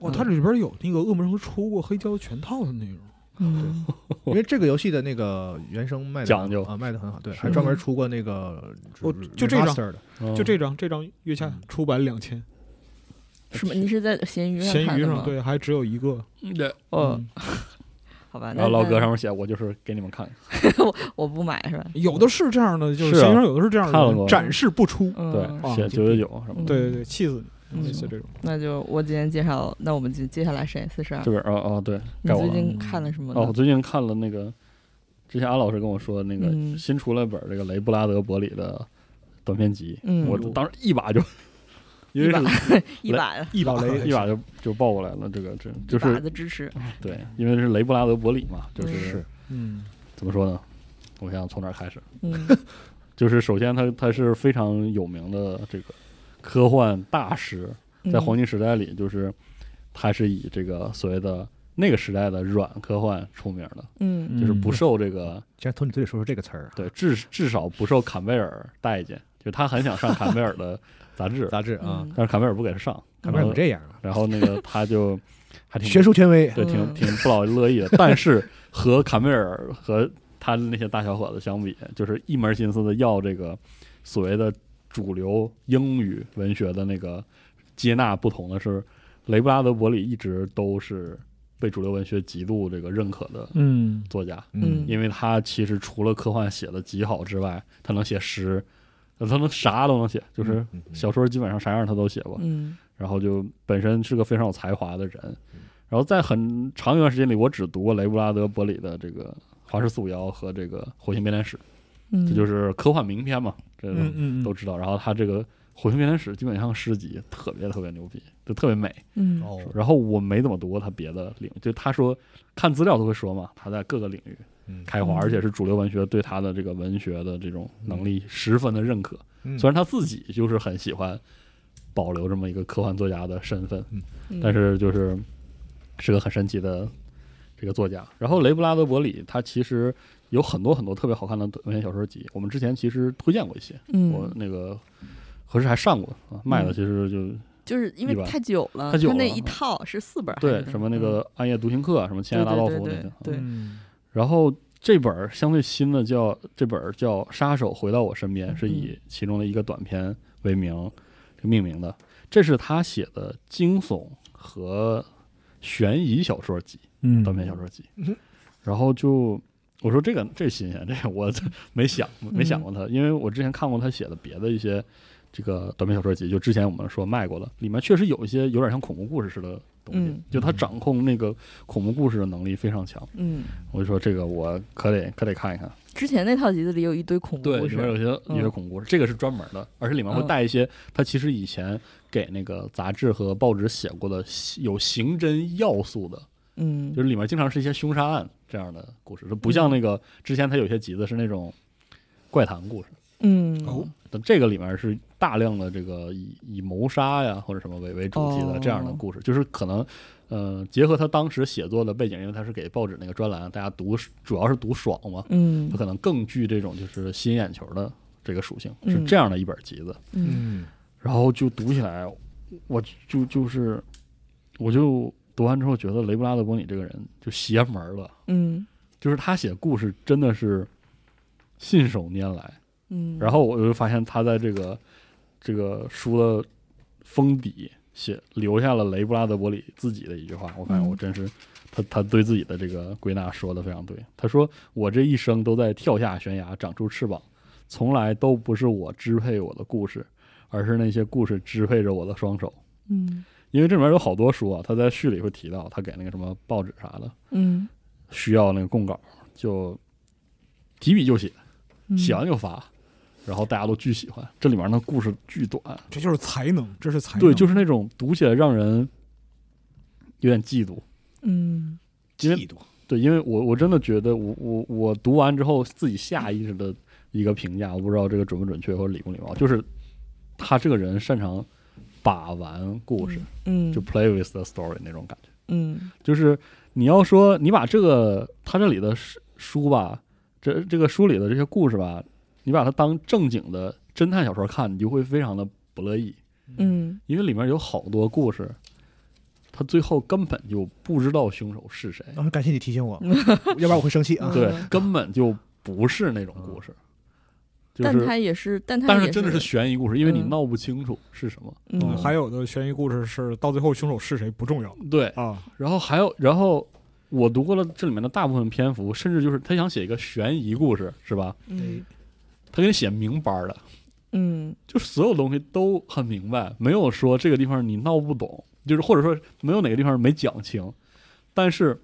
哇，它里边有那个恶魔城出过黑胶全套的内容， 嗯因为这个游戏的那个原声卖得讲究啊，卖的很好，对，是还专门出过那个哦就这张 remaster 的，嗯就这张这张月下出版两千，是吗？你是在闲鱼上闲看鱼的上吗？对，还只有一个，对，哦，嗯 好吧，然那后老那哥上面写我就是给你们看，我不买是吧？有的是这样的，就是是啊闲鱼上有的是这样看了的过展示不出，嗯对，写啊九九九什么的，对对对，气死你！嗯类似这种。那就我今天介绍，那我们接接下来谁？四十二这。边哦哦对，你该我最了。近看了什么呢？哦，我最近看了那个，之前阿老师跟我说那个嗯新出了一本这个雷布拉德伯里的短篇集，嗯我当时 一把就，因为一把是一把一把雷 一把就就抱过来了，这个这就一把是哦的支持，对，因为是雷布拉德伯里嘛，就嗯是嗯，怎么说呢？我想从哪儿开始？嗯就是首先他他是非常有名的这个科幻大师， 嗯在黄金时代里，就是他是以这个所谓的那个时代的软科幻出名的，嗯就是不受这个竟然从你嘴里说出这个词儿，啊对，至至少不受坎贝尔待见，就他很想上坎贝尔的杂 志，杂志啊，嗯但是坎贝尔不给他上，看看怎么然后这样啊，然后那个他就还挺学术权威，对，嗯挺挺不老乐意的。但是和坎贝尔和他那些大小伙子相比，就是一门心思的要这个所谓的主流英语文学的那个接纳不同的是，雷布拉德伯里一直都是被主流文学极度这个认可的嗯作家，嗯因为他其实除了科幻写的极好之外，他能写诗，呃他能啥都能写，就是嗯嗯小说基本上啥样他都写过。嗯然后就本身是个非常有才华的人。然后在很长一段时间里，我只读过雷布拉德伯里的这个《华氏四五幺》和这个《火星编年史》，嗯，这就是科幻名篇嘛，这嗯嗯，都嗯知道。然后他这个《火星编年史》基本上诗集特别特别牛逼，就特别美。嗯哦然后我没怎么读过他别的领域，就他说看资料都会说嘛，他在各个领域嗯开花，嗯而且是主流文学对他的这个文学的这种能力十分的认可。嗯虽然他自己就是很喜欢保留这么一个科幻作家的身份，嗯但是就是是个很神奇的这个作家。然后雷布拉德伯里他其实有很多很多特别好看的文学小说集，我们之前其实推荐过一些，嗯我那个合适还上过啊，卖的其实就、就是因一为般太久了，太久他那了一套是四本还是嗯对什么那个《暗夜独行客》啊什么《亲爱的对拉对道夫对》对那些啊。对嗯然后这本儿相对新的叫这本儿叫《杀手回到我身边》，是以嗯其中的一个短篇为名这命名的。这是他写的惊悚和悬疑小说集，嗯，短篇小说集。然后就我说这个这新鲜，这个嗯我 没想没想过他，因为我之前看过他写的别的一些这个短篇小说集，就之前我们说卖过的，里面确实有一些有点像恐怖故事似的东西，嗯就他掌控那个恐怖故事的能力非常强。嗯，我就说这个我可得可得看一看，之前那套集子里有一堆恐怖故里面有事，些有些恐怖故事，这个是专门的，而且里面会嗯带一些他其实以前给那个杂志和报纸写过的有刑侦要素的，嗯就是里面经常是一些凶杀案这样的故事，就不像那个之前他有些集子是那种怪谈故事，嗯但这个里面是大量的这个以以谋杀呀或者什么为为主题的这样的故事，就是可能，呃，结合他当时写作的背景，因为他是给报纸那个专栏，大家读主要是读爽嘛，嗯它可能更具这种就是吸引眼球的这个属性，嗯是这样的一本集子。嗯嗯然后就读起来，我就就是，我就读完之后觉得雷布拉德伯里这个人就邪门儿了，嗯就是他写故事真的是信手拈来。嗯，然后我就发现他在这个这个书的封底写留下了雷布拉德伯里自己的一句话，我发现嗯我真是他他对自己的这个归纳说的非常对。他说：“我这一生都在跳下悬崖，长出翅膀，从来都不是我支配我的故事，而是那些故事支配着我的双手。”嗯因为这里面有好多书啊，他在序里会提到，他给那个什么报纸啥的嗯，需要那个供稿，就提笔就写，嗯写完就发，然后大家都巨喜欢。这里面的故事巨短，这就是才能，这是才能，对，就是那种读起来让人有点嫉妒。嗯因为嫉妒，对，因为我我真的觉得我我我读完之后自己下意识的一个评价，我不知道这个准不准确或者礼不礼貌，就是他这个人擅长把玩故事，嗯就 play with the story 那种感觉。嗯就是你要说你把这个他这里的书书吧，这这个书里的这些故事吧，你把它当正经的侦探小说看，你就会非常的不乐意，嗯因为里面有好多故事，他最后根本就不知道凶手是谁，哦啊，感谢你提醒我， 要不然我会生气啊。对嗯，根本就不是那种故事，就但是他也是，但他但也真的是悬疑故事，因为你嗯闹不清楚是什么。嗯。嗯还有的悬疑故事是到最后凶手是谁不重要对，啊，然后还有，然后我读过了这里面的大部分篇幅，甚至就是他想写一个悬疑故事，是吧？嗯他给你写明白儿的，嗯就是所有东西都很明白，没有说这个地方你闹不懂，就是或者说没有哪个地方没讲清。但是，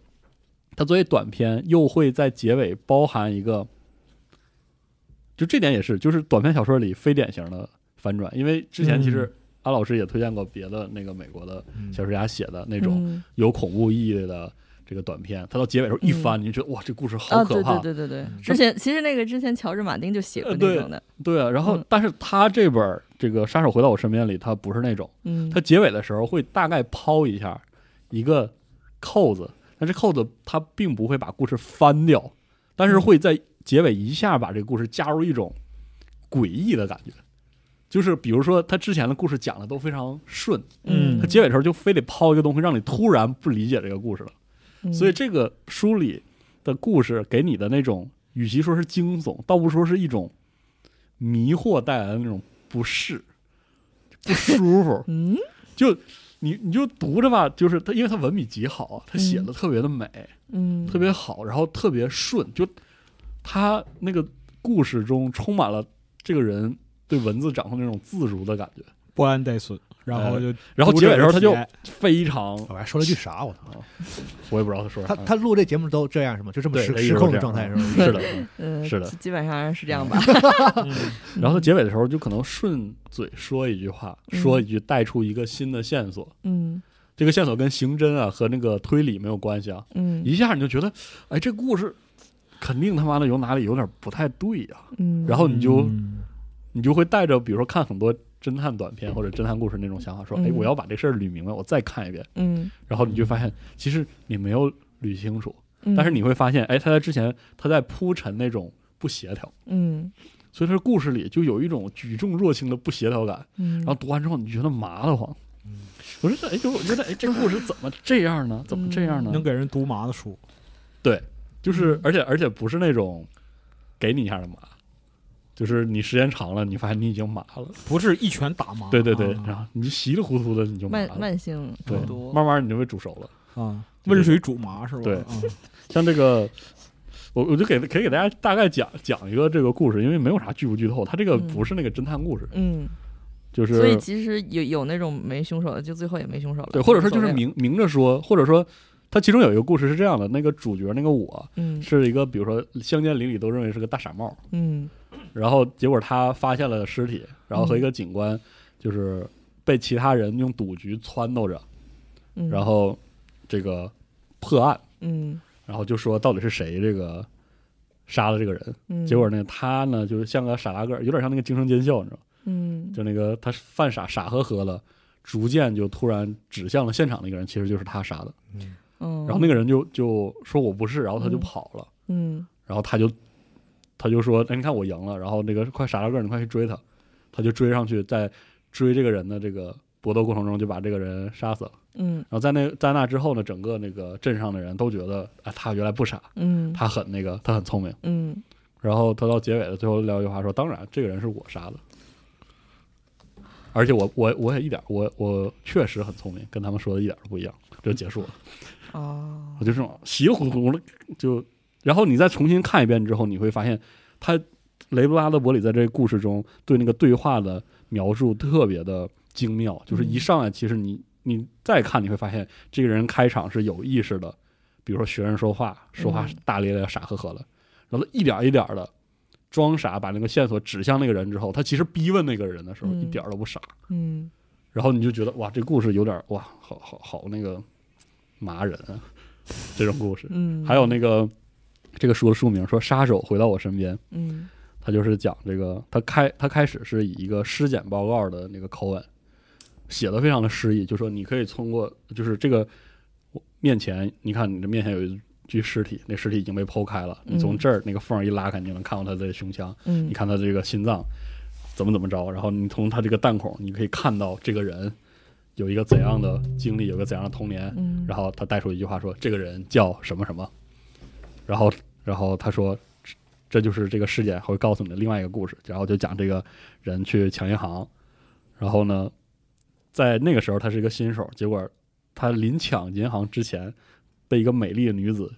它作为短片，又会在结尾包含一个，就这点也是，就是短篇小说里非典型的反转。因为之前其实安老师也推荐过别的那个美国的嗯小说家写的那种嗯有恐怖意义的这个短片，它到结尾时候一翻，你就觉得哇，这故事好啊，可对怕。嗯对对对对，之前其实那个之前乔治马丁就写过呃那对种的，对啊，然后嗯但是他这本儿这个《杀手回到我身边》里，他不是那种。嗯，它结尾的时候会大概抛一下一个扣子，但这扣子它并不会把故事翻掉，但嗯是会在结尾一下把这个故事加入一种诡异的感觉。就是比如说，他之前的故事讲的都非常顺，嗯他结尾的时候就非得抛一个东西，让你突然不理解这个故事了。嗯所以这个书里的故事给你的那种，与其说是惊悚，倒不如说是一种迷惑带来的那种不适、不舒服。 嗯就你你就读着吧，就是他，因为他文笔极好啊，他写的特别的美，嗯特别好，然后特别顺，就他那个故事中充满了这个人对文字掌控那种自如的感觉。不安待损，然后就然后结尾的时候他就读者的体非常，我还说了句啥？我操！ 我也不知道他说啥他，他录这节目都这样是吗？就这么啊对失一直失都控的这样状态是啊吗？ 是的。嗯是的嗯基基本上是这样吧， 验然后他结尾的时候就可能顺嘴说一句话，嗯说一句带出一个新的线索。嗯这个线索跟刑侦啊和那个推理没有关系啊，嗯一下你就觉得，哎，这故事肯定他妈的有哪里有点不太对呀、嗯，然后你就、嗯你就会带着，比如说看很多侦探短片或者侦探故事那种想法，说，哎，嗯我要把这事儿捋明白，我再看一遍。嗯，然后你就发现，其实你没有捋清楚，嗯但是你会发现，哎，他在之前他在铺陈那种不协调，嗯所以他故事里就有一种举重若轻的不协调感。嗯，然后读完之后，你就觉得麻得慌。我说，哎，就我觉得，哎，这故事怎么这样 呢？怎么这样呢？能给人读麻的书，嗯就是，而且而且不是那种给你一下的麻，就是你时间长了，你发现你已经麻了。不是一拳打麻。对对对，啊然后你稀里糊涂的你就麻哦慢了，慢性对中毒，，慢慢你就被煮熟了。啊，对温水煮麻是吧？对啊像这个，我我就给可以给大家大概讲讲一个这个故事，因为没有啥剧不剧透，它这个嗯不是那个侦探故事，嗯，就是所以其实有有那种没凶手的，就最后也没凶手了，对，或者说就无所是谓了，明明着说，或者说它其中有一个故事是这样的，那个主角那个我嗯是一个，比如说乡间邻里都认为是个大傻帽，嗯然后结果他发现了尸体，然后和一个警官就是被其他人用赌局撺掇着，嗯，然后这个破案，嗯然后就说到底是谁这个杀了这个人。嗯，结果呢，他呢就是像个傻大个儿，有点像那个惊声尖笑，你知道吗？嗯就那个他犯傻，傻呵呵的，逐渐就突然指向了现场那个人，其实就是他杀的。嗯，然后那个人就就说我不是，然后他就嗯跑了，嗯然后他就他就说，哎，你看我赢了，然后那个快傻大个儿，你快去追他，他就追上去，在追这个人的这个搏斗过程中就把这个人杀死了。嗯然后在那在那之后呢，整个那个镇上的人都觉得啊、他原来不傻，嗯他很那个，他很聪明。嗯然后他到结尾的最后撂一句话说：“当然，这个人是我杀的，而且我我我也一点我我确实很聪明，跟他们说的一点都不一样。”就结束了，哦我就这种稀里糊涂的就，然后你再重新看一遍之后，你会发现他雷布拉德伯里在这个故事中对那个对话的描述特别的精妙，就是嗯一上来其实你你再看你会发现这个人开场是有意识的，比如说学生说话，说话嗯大咧咧、傻呵呵的，然后他一点一点的装傻，把那个线索指向那个人之后，他其实逼问那个人的时候、嗯一点儿都不傻，嗯然后你就觉得哇，这故事有点哇，好好好那个麻人啊，这种故事。嗯，还有那个这个书的书名说《杀手回到我身边》，嗯他就是讲这个，他开他开始是以一个尸检报告的那个口吻写的，非常的诗意，就说你可以通过就是这个面前，你看你这面前有一具尸体，那尸体已经被剖开了，嗯你从这儿那个缝儿一拉开，你就能看到他的胸腔，嗯，你看他这个心脏怎么怎么着，然后你从他这个弹孔，你可以看到这个人有一个怎样的经历，有一个怎样的童年，嗯，然后他带出一句话说：“这个人叫什么什么。”然后，然后他说：“这这就是这个事件，会告诉你的另外一个故事。”然后就讲这个人去抢银行，然后呢，在那个时候他是一个新手，结果他临抢银行之前被一个美丽的女子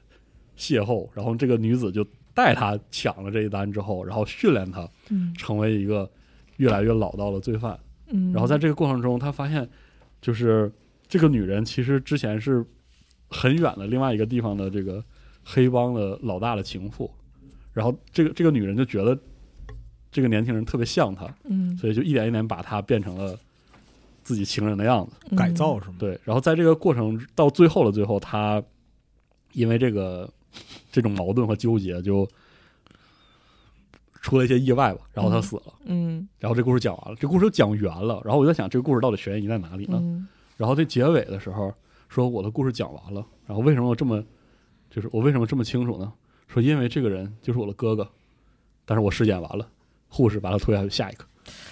邂逅，然后这个女子就带他抢了这一单之后，然后训练他嗯成为一个越来越老到了罪犯。嗯，然后在这个过程中，他发现，就是这个女人其实之前是很远的另外一个地方的这个黑帮的老大的情妇，然后这个这个女人就觉得这个年轻人特别像她，嗯所以就一点一点把她变成了自己情人的样子。改造，嗯是吗？对，然后在这个过程到最后的最后，她因为这个这种矛盾和纠结，就出了一些意外吧，然后她嗯死了。嗯然后这故事讲完了，这故事就讲圆了。然后我在想，这个故事到底悬疑在哪里呢？嗯然后这结尾的时候说我的故事讲完了，然后为什么我这么就是我为什么这么清楚呢？说因为这个人就是我的哥哥，但是我尸检完了，护士把他推下去，下一个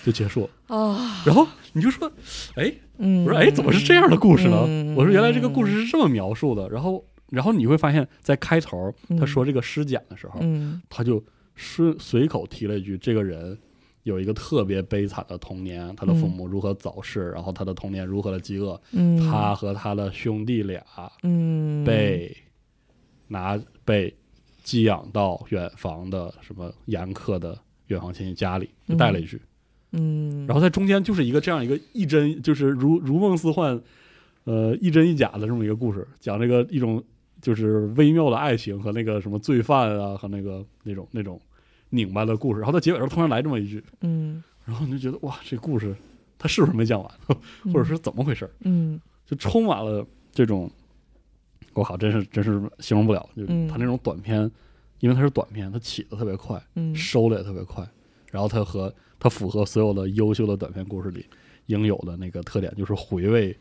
就结束了。啊，然后你就说，哎，嗯，我说哎，怎么是这样的故事呢？嗯我说原来这个故事是这么描述的。然后然后你会发现在开头嗯他说这个尸检的时候，嗯他就顺随口提了一句，这个人有一个特别悲惨的童年，他的父母如何早逝，然后他的童年如何的饥饿，嗯，他和他的兄弟俩嗯被拿被寄养到远房的什么严苛的远房亲戚家里，就带了一句，嗯，然后在中间就是一个这样一个一真就是如如梦似幻，呃一真一假的这么一个故事，讲这个一种就是微妙的爱情和那个什么罪犯啊和那个那种那种拧巴的故事。然后到结尾的时候突然来这么一句，嗯，然后你就觉得哇，这故事它是不是没讲完，嗯或者是怎么回事儿？嗯就充满了这种，我靠，真是真是形容不了。就是嗯它那种短片，因为它是短片，它起的特别快，嗯收的也特别快，然后它和它符合所有的优秀的短片故事里应有的那个特点，就是回味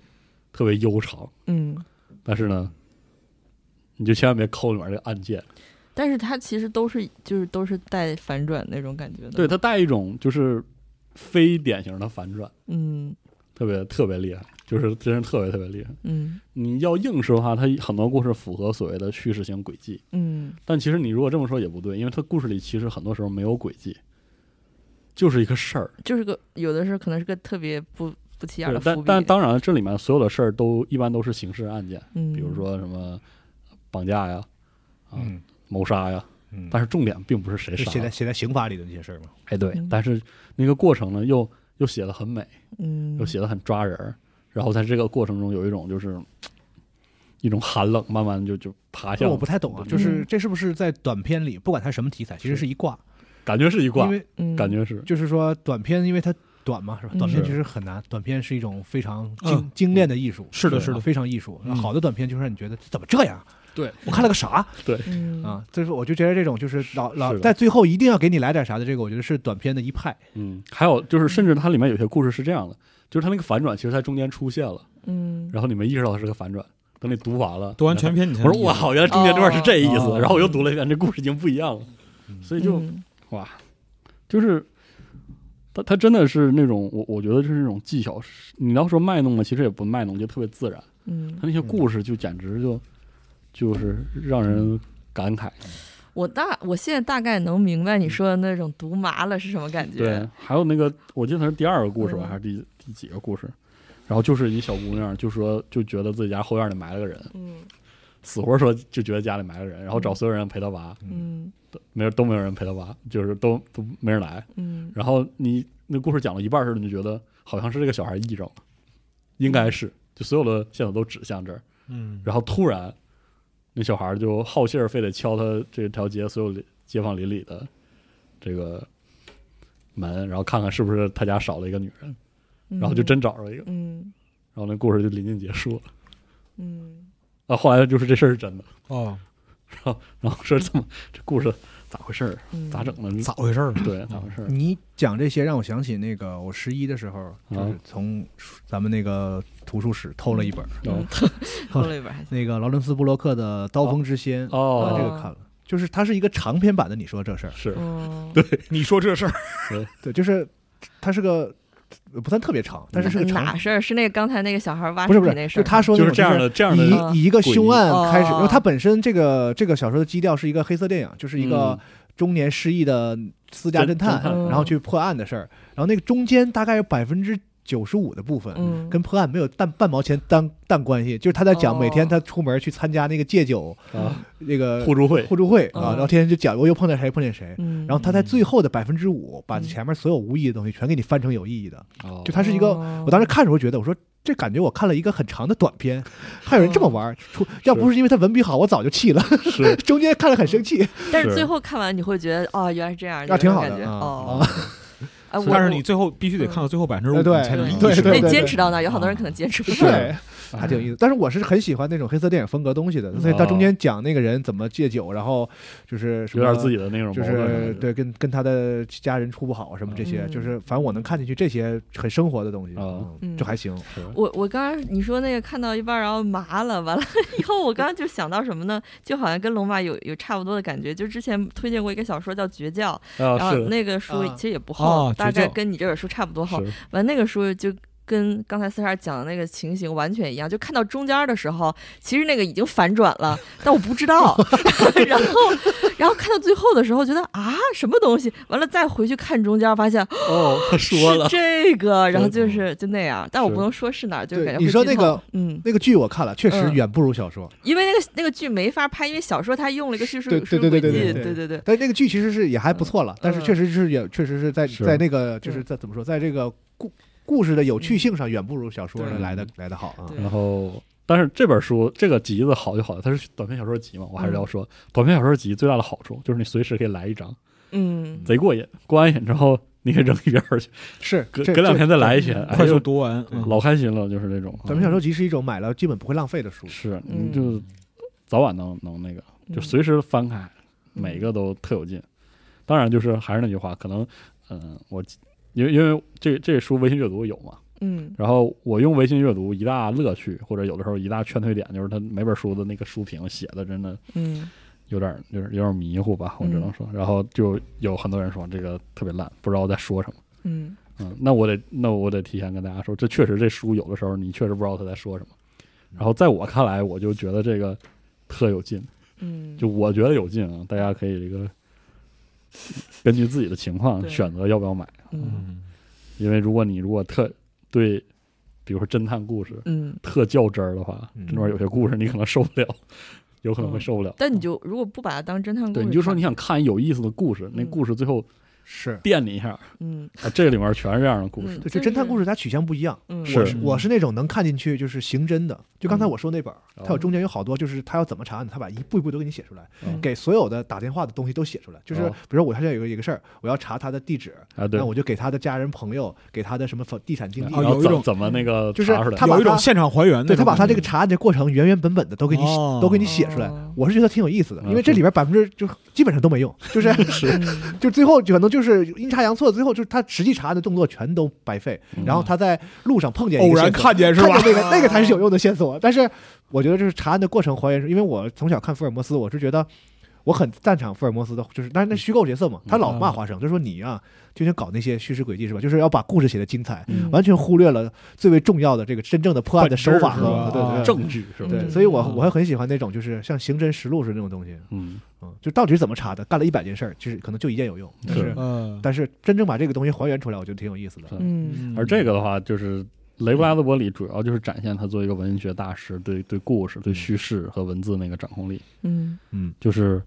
特别悠长。嗯，但是呢，你就千万别抠里面这个按键，但是它其实都是就是都是带反转那种感觉的，对，它带一种就是非典型的反转，嗯特别特别厉害，就是真是特别特别厉害。嗯你要硬说的话，它很多故事符合所谓的叙事型轨迹，嗯但其实你如果这么说也不对，因为它故事里其实很多时候没有轨迹，就是一个事儿。就是个有的是可能是个特别不不起眼对的但伏笔，但当然了，这里面所有的事儿都一般都是刑事案件，嗯比如说什么绑架呀、啊、嗯谋杀呀，嗯但是重点并不是谁就写杀在。写在刑法里的那些事儿嘛。哎，对嗯，但是那个过程呢，又又写的很美，嗯又写的很抓人儿，然后在这个过程中有一种就是一种寒冷，慢慢就就爬这向，我不太懂啊，就是这是不是在短片里，不管它什么题材，其实是一挂，感觉是一挂因，为嗯感觉是就是说短片，因为它短嘛，是吧？嗯短片是其实很难，短片是一种非常嗯精精炼的艺术，是的对啊是的非常艺术。嗯好的短片就会让你觉得怎么这样？啊对我看了个啥嗯啊？就是我就觉得这种就是老老是的在最后一定要给你来点啥的，这个我觉得是短片的一派。嗯，还有就是，甚至它里面有些故事是这样的，就是它那个反转其实在中间出现了，嗯然后你没意识到它是个反转，等你读完了，读完全篇，你你 才才，我说我靠，原来中间这段是这意思，哦然后我又读了一遍，这故事已经不一样了，所以就、嗯哇，就是它它真的是那种我我觉得就是那种技巧，你要说卖弄嘛，其实也不卖弄，就特别自然，嗯它那些故事就简直就就是让人感慨，我大我现在大概能明白嗯你说的那种读麻了是什么感觉，对，还有那个，我记得他是第二个故事吧，嗯还是第第几个故事？然后就是一小姑娘，就说就觉得自己家后院里埋了个人，嗯死活说就觉得家里埋了人，然后找所有人陪她娃，嗯没有都没有人陪她娃，就是都都没人来。嗯然后你那故事讲到一半儿时，候，你就觉得好像是这个小孩癔症了，应该是，就所有的线索都指向这儿。嗯，然后突然，那小孩儿就好信儿，非得敲他这条街所有邻街坊邻里的这个门，然后看看是不是他家少了一个女人，嗯，然后就真找着一个，嗯然后那故事就临近结束了。嗯啊，后来就是这事儿是真的，哦，然后说这么这故事咋回事儿，嗯咋整的？咋回事儿呢？对，咋回事儿？你讲这些让我想起那个我十一的时候，就是啊从咱们那个图书室偷了一本然后嗯后嗯了一本还 行，那个劳伦斯布洛克的《刀锋之仙》，把哦，啊嗯这个看了。就是它是一个长篇版的，你说这事儿，是 嗯 你说这事儿，对，就是它是个呃不算特别长，但是是个长哪事儿？是那个刚才那个小孩挖不是不尸是，体那事就儿，他说那就是种这样的这样的啊以以一个凶案开始，哦因为它本身这个这个小说的基调是一个黑色电影，就是一个嗯中年失忆的私家侦探侦侦探，嗯然后去破案的事儿。然后那个中间大概有百分之九十五的部分。嗯，跟破案没有半半毛钱单蛋关系，就是他在讲哦每天他出门去参加那个戒酒啊，那个互助会呃互助会啊，嗯然后天天就讲我又碰见谁碰见谁，嗯，然后他在最后的百分之五把嗯前面所有无意义的东西全给你翻成有意义的，哦就它是一个，哦我当时看的时候觉得，我说这感觉我看了一个很长的短片，还有人这么玩儿，出要不是因为他文笔好，我早就气了， 是中间看了很生气，但是是最后看完你会觉得，哦，原来是这样，那挺好有这的种感觉 啊哦。啊，哎，我但是我你最后必须得看到最后百分之五，嗯对你才能对意对识对到得对对啊坚持到那儿，有好多人可能坚持不是到。对。还挺有意思，但是我是很喜欢那种黑色电影风格东西的，所以他中间讲那个人怎么戒酒，然后就是什有么点自己的那种就矛盾是感觉对跟跟他的家人处不好什么这些，嗯就是反正我能看进去这些很生活的东西，啊嗯嗯就还行。我我刚刚你说那个看到一半然后麻了，完了 以后我刚刚就想到什么呢？就好像跟龙马有有差不多的感觉，就之前推荐过一个小说叫《绝教》，然啊后是那个书啊其实也不厚，哦大绝概教跟你这本书差不多厚。是完那个书就跟刚才四十二讲的那个情形完全一样，就看到中间的时候，其实那个已经反转了，但我不知道。然后，然后看到最后的时候，觉得啊，什么东西？完了再回去看中间，发现哦他说了是这个，然后对就是就那样，但我是不能说是哪儿，就对感觉你会说剧那透个嗯，那个剧我看了，确实嗯远不如小说，因为那个那个剧没法拍，因为小说它用了一个叙事对叙事对对轨对迹，对对对对对，但是那个剧其实是也还不错嗯了，但是确实是也确实是在是在那个就是嗯在怎么说，在这个故故事的有趣性上远不如小说对的来的来的好啊。对 然后。但是这本书这个集子好就好在它是短篇小说集嘛，我还是要说，短篇小说集最大的好处就是你随时可以来一张，嗯，贼过瘾。过完瘾之后，你可以扔一边儿去，是隔这隔两天再来一篇，哎快呦速读完。嗯老开心了，就是这种。咱们小说集是一种买了基本不会浪费的书，是，嗯你就早晚能能那个，就随时翻开，嗯每个都特有劲。当然，就是还是那句话，可能，嗯、我因为因为这这书微信阅读有嘛，嗯然后我用微信阅读一大乐趣，或者有的时候一大劝退点，就是它每本书的那个书评写的真的嗯有点有点有点迷糊吧，我只能说。然后就有很多人说这个特别烂，不知道在说什么。嗯嗯，那我得那我得提前跟大家说，这确实这书有的时候你确实不知道他在说什么。然后在我看来，我就觉得这个特有劲，嗯，就我觉得有劲啊，大家可以这个根据自己的情况对选择要不要买，嗯嗯，因为如果你如果特对，比如说侦探故事嗯。特较真儿的话，嗯这里面有些故事你可能受不了， 有可能会受不了。但你就如果不把它当侦嗯探故事看，对，你就说你想看有意思的故事，那嗯故事最后是电你一下，嗯啊，这里面全是这样的故事嗯对，就侦探故事它取向不一样。嗯是我是我是那种能看进去就是刑侦的，就嗯刚才我说那本儿，哦它有中间有好多就是他要怎么查案，他把一步一步都给你写出来，嗯给所有的打电话的东西都写出来。就是哦比如说我现在有个一个事儿，我要查他的地址，啊，对那，我啊就给他的家人朋友，给他的什么房地产经纪然哦人，有后一怎种怎么那个就是查出来他把有一种它现场还原那种对感觉，他把他这个查案的过程原原本本的都给你写哦都给你写出来哦，我是觉得挺有意思的，嗯因为这里边百分之就基本上都没用，就是嗯就最后可能就是阴差阳错，最后就是他实际查案的动作全都白费，嗯然后他在路上碰见一偶个然线索看见是吧看？见那个那个才是有用的线索。但是我觉得就是查案的过程还原是，因为我从小看福尔摩斯，我是觉得我很赞赏福尔摩斯的，就是但是嗯那虚构角色嘛，他老骂华生，就说你啊，就想搞那些叙事轨迹是吧？就是要把故事写得精彩，嗯完全忽略了最为重要的这个真正的破案的手法本质是吧和对啊对证据是吧？对，嗯所以我我还很喜欢那种就是像刑侦实录是那种东西，嗯，嗯，就到底是怎么查的，干了一百件事儿，就是可能就一件有用，但是是嗯，但是真正把这个东西还原出来，我觉得挺有意思的。嗯而这个的话，就是雷布拉德伯里主要就是展现他作为一个文学大师对对故事、对嗯叙事和文字那个掌控力，嗯嗯，就是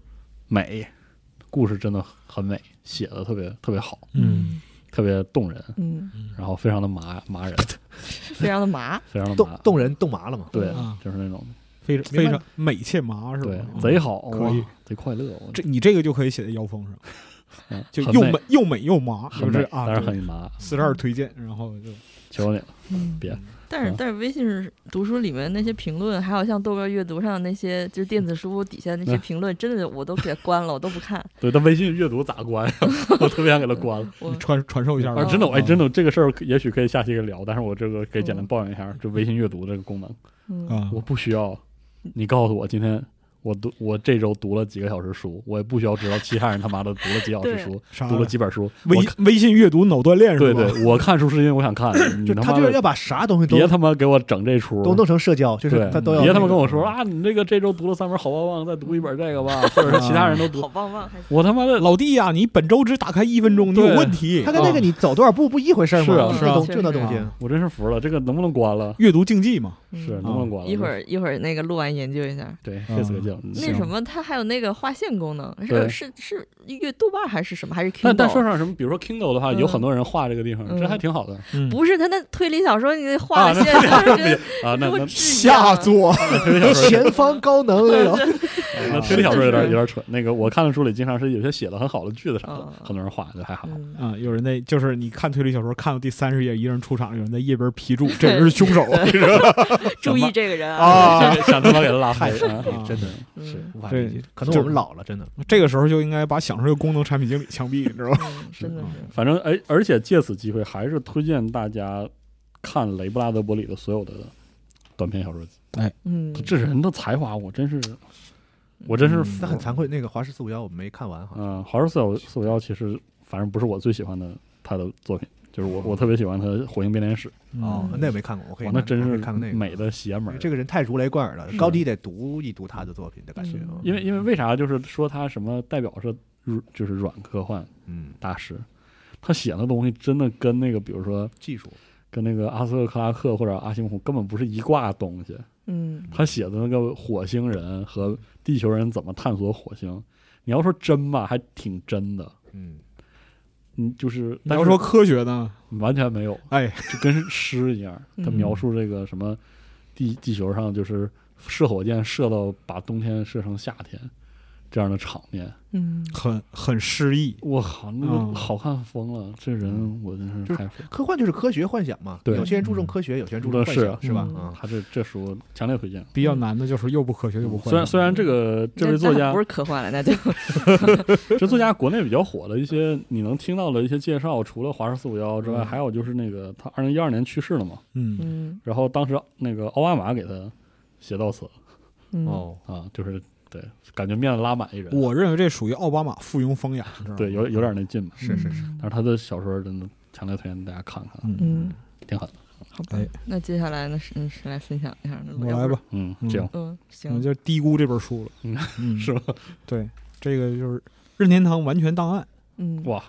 美，故事真的很美，写的特别特别好，嗯，特别动人，嗯，然后非常的麻麻人，非常的麻，非常的动麻动人动麻了嘛。对啊，就是那种非常非常美切麻是吧对？嗯贼好，可以哇，贼快乐，我这你这个就可以写在腰封上，嗯就很又美美又美又麻，很就是美，啊，但是很麻，四十二推荐，然后就求你了，嗯别但是但是微信读书里面那些评论，还有像豆瓣阅读上那些就是电子书底下那嗯些评论，真的我都给关了，我都不看。对他微信阅读咋关呀？啊 我特别想给他关了。哦我传传授一下吧啊，。真的，我哎，嗯真的，这个事儿也许可以下期给聊，但是我这个可以哦简单抱怨一下，这微信阅读这个功能，嗯啊我不需要你告诉我今天我读我这周读了几个小时书，我也不需要知道其他人他妈的读了几小时书，啥读了几本书。微我看微信阅读脑锻炼是吧？对对，我看书是因为我想看， 你就他他妈就是的要把啥东西都别他妈给我整这出，都弄成社交，就是对他都要别他那妈个跟我说啊，你这个这周读了三本好棒棒，再读一本这个吧，或者是其他人都好 读，棒棒，还我他妈的老弟呀、你本周只打开一分钟，你有对问题。他跟那个啊你走多少步不一回事儿是吗啊？就是啊那东确就那实东西，啊我真是服了，这个能不能关了？阅读竞技嘛，嗯是能不能关了？一会儿一会儿那个录完研究一下。对，费死个嗯劲。那什么，它还有那个划线功能，对是是是阅豆瓣还是什么？还是 Kindle？但但说上什么，比如说 Kindle 的话，嗯有很多人画这个地方，这嗯还 挺好的嗯，不是他那推理小说，你啊划线那 就是啊。跟那那弱智一下样。作，推理小说，哎前方高能哎那种。那推理小说有点有点蠢。那个我看的书里经常是有些写的很好的句子啥的嗯，很多人画的还好。嗯啊、有人在就是你看推理小说看到第三十页，一个人出场，有人在页边 批注，这人是凶手。啊注意这个人啊！啊，想他妈给他拉黑，啊啊真的嗯是无法对理解。可能就我们老了，真的。这个时候就应该把享受这个功能产品经理枪毙，你知道吗？嗯真的是，反正而而且借此机会，还是推荐大家看雷布拉德伯里的所有的短篇小说集。嗯，这人的才华，我真是，我真是嗯服那了很惭愧，那个《华氏四五幺》我们没看完哈。嗯，华硕四幺四五幺其实反正不是我最喜欢的他的作品，就是我我特别喜欢他《火影变脸史》，哦嗯，那也没看过，我可以哇，拿。那真我可是以看看那个美的邪门儿。这个人太如雷贯耳了，是高低得读一读他的作品的感觉嗯。因为因为为啥就是说他什么代表是软就是软科幻嗯，大师，他写的东西真的跟那个比如说技术跟那个阿瑟克拉克或者阿西莫夫根本不是一挂东西。嗯，他写的那个火星人和地球人怎么探索火星，你要说真吧，还挺真的。嗯，嗯，就是你但要是说科学呢，完全没有，哎，就跟诗一样，他嗯描述这个什么地地球上就是射火箭射到把冬天射成夏天这样的场面，嗯，很很诗意。我靠，那嗯个好看疯了，这人我真是就是太服了。科幻就是科学幻想嘛。对有些人注重科学，有些人注重幻是啊想，是吧？嗯啊，他这这书强烈推荐，比较难的就是又不科学又不幻想。虽然虽然这个这位作那家那不是科幻了，那就这作家国内比较火的一些，你能听到的一些介绍，除了华氏四五幺之外，还有就是那个他二零一二年去世了嘛，嗯，嗯然后当时那个奥巴马给他写悼词嗯，哦，啊，就是对，感觉面子拉满一人，我认为这属于奥巴马附庸风雅，你知道吗？对，有有点那劲嘛。是是是，但是他的小说真的强烈推荐大家看看，嗯，嗯，挺狠的。好吧哎。那接下来呢，谁嗯谁来分享一下呢？我来吧，，嗯，嗯行，嗯，我行，就低估这本书了嗯。嗯，是吧？对，这个就是任天堂完全档案。嗯，哇，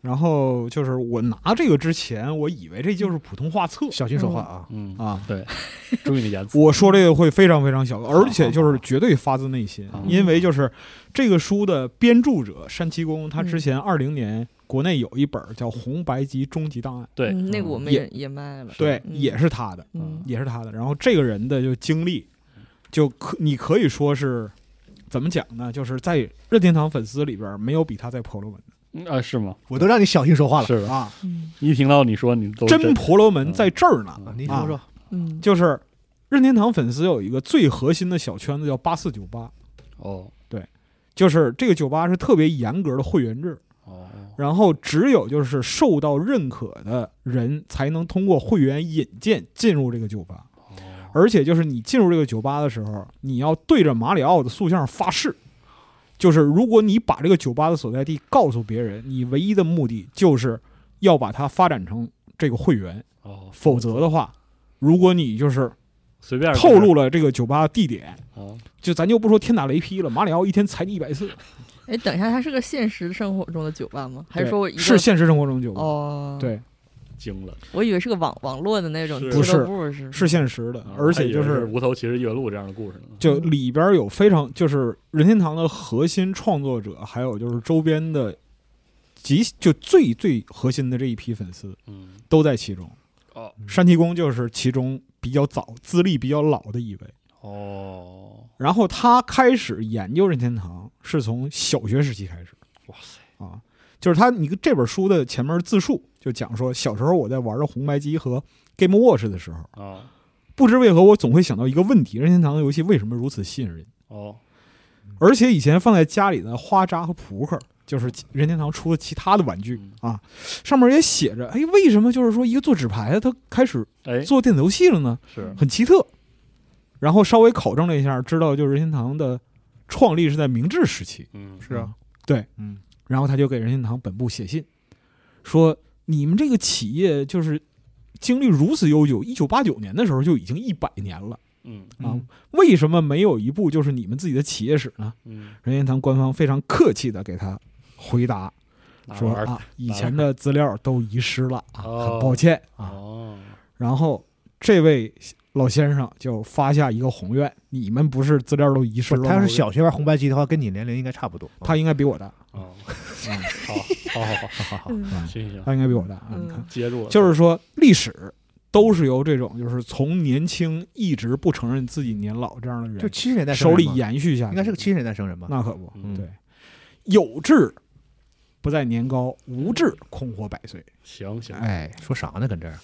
然后就是我拿这个之前，我以为这就是普通画册小心说话啊。嗯，啊。对，注意你言辞。我说这个会非常非常小，而且就是绝对发自内心好好，因为就是这个书的编著者山崎公，他嗯之前二零年国内有一本叫《红白集终极档案对，嗯那个我们也也也卖了，》，对，嗯也是他的，嗯也是他的。然后这个人的就经历，就可你可以说是怎么讲呢？就是在任天堂粉丝里边，没有比他在婆罗门嗯啊，是吗？我都让你小心说话了。是的的，啊！嗯一听到你说你都真婆罗门在这儿呢，哦嗯啊您说说，嗯，就是任天堂粉丝有一个最核心的小圈子叫八四九八，哦就是这个酒吧是特别严格的会员制，哦然后只有就是受到认可的人才能通过会员引荐进入这个酒吧。哦，而且就是你进入这个酒吧的时候，你要对着马里奥的塑像发誓，就是如果你把这个酒吧的所在地告诉别人，你唯一的目的就是要把它发展成这个会员，哦，否则的话，如果你就是随便透露了这个酒吧地点，啊，就咱就不说天打雷劈了，马里奥一天踩你一百次，哎，等一下，它是个现实生活中的酒吧吗？还是对说我一个是现实生活中酒吧？哦，，对，惊了。我以为是个网网络的那种是俱不是乐部，是嗯是现实的啊，嗯而还且以就为是是无头骑士夜路这样的故事呢。就里边有非常就是任天堂的核心创作者，还有就是周边的极就最最核心的这一批粉丝嗯，都在其中。哦山崎公就是其中比较早、资历比较老的一位。哦，然后他开始研究任天堂是从小学时期开始哇塞，啊，就是他你这本书的前面自述就讲说，小时候我在玩着红白机和 Game Watch 的时候，啊，不知为何我总会想到一个问题：任天堂的游戏为什么如此吸引人？哦，而且以前放在家里的花扎和扑克，就是任天堂出的其他的玩具嗯啊，上面也写着，哎，为什么就是说一个做纸牌的他开始哎，嗯做电子游戏了呢？是，很奇特。然后稍微考证了一下，知道就是任天堂的创立是在明治时期，嗯是啊，对，嗯，然后他就给任天堂本部写信，说你们这个企业就是经历如此悠久，一九八九年的时候就已经一百年了嗯啊，嗯为什么没有一部就是你们自己的企业史呢？嗯，任天堂官方非常客气的给他回答说哪玩儿啊，以前的资料都遗失了啊，哦很抱歉啊。哦，然后这位老先生就发下一个宏愿，你们不是资料都遗失不了是，吗？他要是小学玩红白机的话，跟你年龄应该差不多。他应该比我大，哦，嗯好，好好哦好，好好好，嗯行行，他应该比我大啊！嗯你看，接住了，就是说历史都是由这种就是从年轻一直不承认自己年老这样的就人七十年代生手人里嘛延续下去，应该是个七十年代生人吧？那可不，嗯对，有志不在年高，无志空活百岁。行行，哎，说啥呢？跟这儿，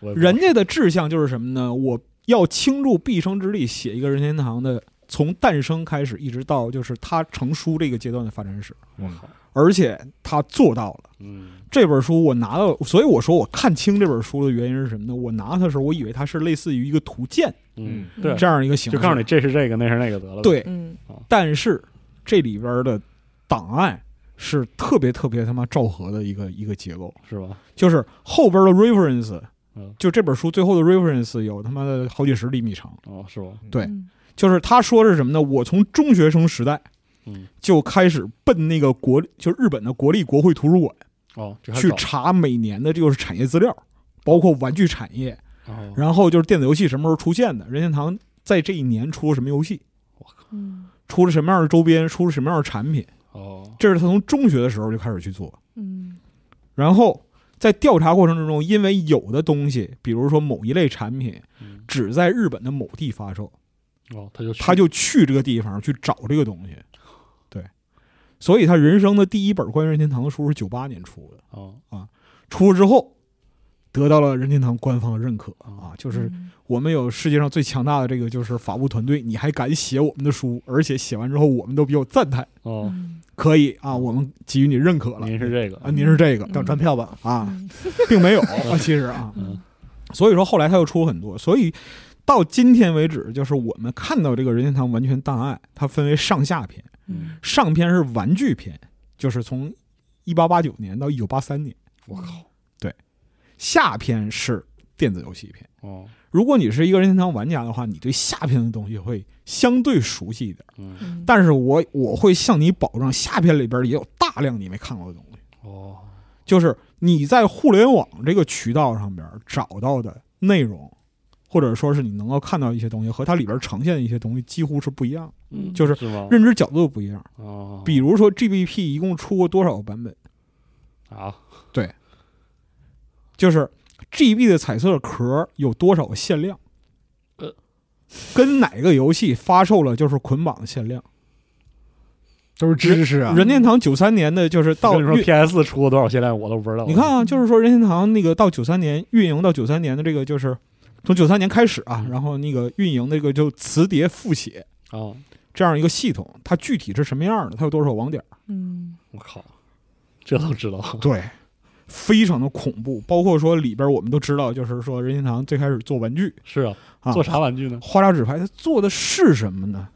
我也不人家的志向就是什么呢？我要倾注毕生之力写一个任天堂的从诞生开始，一直到就是他成书这个阶段的发展史，我嗯靠，而且他做到了。嗯这本书我拿到，所以我说我看清这本书的原因是什么呢？我拿它的时候，我以为它是类似于一个图鉴嗯，嗯对，这样一个形式，就告诉你这是这个，那是那个得了，，对，嗯但是这里边的档案是特别特别他妈昭和的一个一个结构，是吧？就是后边的 reference，嗯就这本书最后的 reference 有他妈的好几十厘米长。哦，是吧？对嗯就是他说是什么呢？我从中学生时代嗯，就开始奔那个国，就日本的国立国会图书馆哦，这还去搞，查每年的就是产业资料，包括玩具产业，哦然后就是电子游戏什么时候出现的，任天堂在这一年出了什么游戏，嗯出了什么样的周边，出了什么样的产品，哦，这是他从中学的时候就开始去做。嗯然后在调查过程之中，因为有的东西，比如说某一类产品嗯只在日本的某地发售，哦，他就他就去这个地方去找这个东西。对，所以他人生的第一本关于任天堂的书是九八年出的，哦，出了之后得到了任天堂官方的认可啊，就是嗯我们有世界上最强大的这个就是法务团队，你还敢写我们的书，而且写完之后我们都比较赞叹，哦，嗯可以啊，我们给予你认可了。您是这个，啊，您是这个嗯等传票吧。啊，嗯 并没有啊，其实啊，嗯所以说后来他又出了很多，所以到今天为止，就是我们看到这个任天堂完全档案，它分为上下篇，嗯上篇是玩具篇，就是从一八八九年到一九八三年，我靠，下篇是电子游戏篇。哦，如果你是一个任天堂玩家的话，你对下篇的东西会相对熟悉一点，嗯，嗯但是我我会向你保证，下篇里边也有大量你没看过的东西，哦，就是你在互联网这个渠道上边找到的内容，或者说是你能够看到一些东西，和它里边呈现的一些东西几乎是不一样，嗯就是是吗？认知角度不一样。哦，比如说 GBP 一共出过多少个版本？啊，就是 GB 的彩色壳有多少个限量呃？跟哪个游戏发售了就是捆绑的限量？都是知识啊，任天堂九三年的就是我到跟你说月， PS 出了多少限量我都不知道，你看，啊，就是说任天堂那个到九三年运营到九三年的这个就是从九三年开始啊，嗯然后那个运营那个就磁碟复写哦，这样一个系统，它具体是什么样的？它有多少网点？嗯我靠，这都知道，对，非常的恐怖。包括说里边我们都知道，就是说任天堂最开始做玩具是啊，啊，做啥玩具呢？花扎纸牌，它做的是什么呢？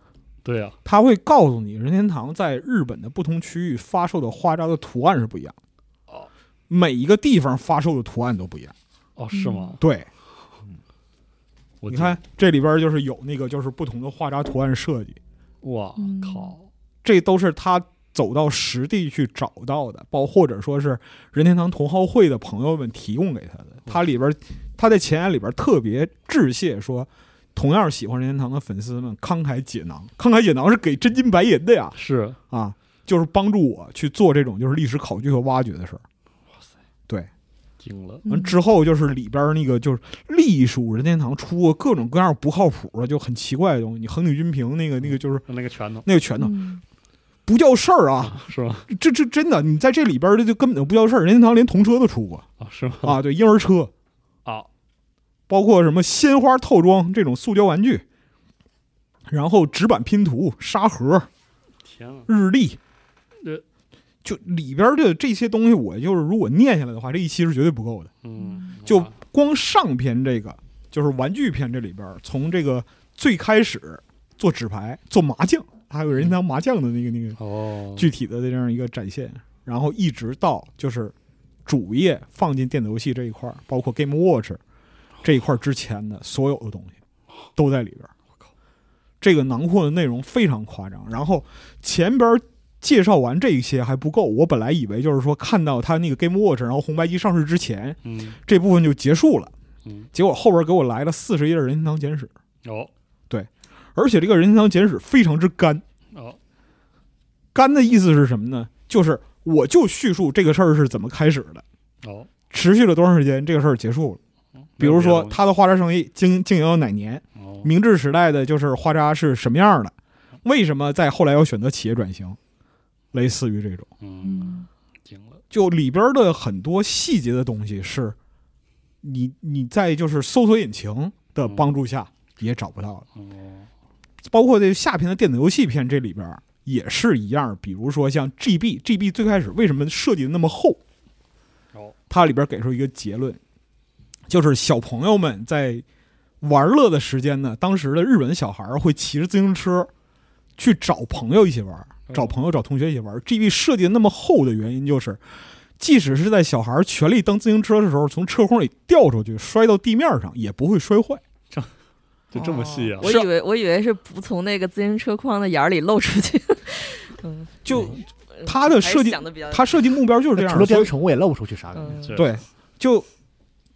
对啊呀，它会告诉你，任天堂在日本的不同区域发售的花扎的图案是不一样的哦，每一个地方发售的图案都不一样。哦，是吗？对，我你看这里边就是有那个就是不同的画扎图案设计，这，哇嗯靠，这都是他走到实地去找到的，包或者说是任天堂同好会的朋友们提供给他的。他里边他在前言里边特别致谢说。同样喜欢任天堂的粉丝们慷慨解囊，慷慨解囊是给真金白银的呀！是，啊，就是帮助我去做这种就是历史考据和挖掘的事儿。惊了，嗯完之后就是里边那个就是隶属任天堂出过各种各样不靠谱的就很奇怪的东西，你横女军平那个那个就是那个拳头那个拳头嗯不叫事儿啊，是吗？这这真的你在这里边儿的就根本就不叫事儿。任天堂连童车都出过 啊，是吗？啊，对婴儿车，啊，包括什么鲜花套装这种塑胶玩具，然后纸板拼图、沙盒、天啊，日历呃。就里边儿的这些东西，我就是如果念下来的话，这一期是绝对不够的。嗯，就哇光上篇这个就是玩具篇这里边儿，从这个最开始做纸牌、做麻将，还有人嗯当麻将的那个那个哦，具体的这样一个展现，然后一直到就是主业放进电子游戏这一块儿，包括 Game Watch 这一块儿之前的所有的东西都在里边儿。这个囊括的内容非常夸张。然后前边介绍完这些还不够，我本来以为就是说看到他那个 Game Watch，然后红白机上市之前嗯这部分就结束了嗯。结果后边给我来了四十页的任天堂简史，哦而且这个任天堂简史非常之干。哦干的意思是什么呢？就是我就叙述这个事儿是怎么开始的，哦，持续了多长时间，这个事儿结束了。比如说他的花渣生意经经营到哪年，哦明治时代的就是花渣是什么样的，为什么在后来要选择企业转型，类似于这种，嗯，行了，就里边的很多细节的东西是你你在就是搜索引擎的帮助下也找不到的。哦包括这下篇的电子游戏篇这里边儿也是一样，比如说像 GB，GB 最开始为什么设计的那么厚？哦它里边给出一个结论，就是小朋友们在玩乐的时间呢，当时的日本小孩儿会骑着自行车去找朋友一起玩，找朋友找同学一起玩。GB 设计的那么厚的原因就是，即使是在小孩儿全力蹬自行车的时候，从车筐里掉出去摔到地面上，也不会摔坏。就这么细啊哦？我是以为我以为是不从那个自行车框的眼儿里露出去。 嗯，就呃它的还是设计想的比较它设计目标就是这样除的，了所电以子宠物也露出去啥的。嗯这对，就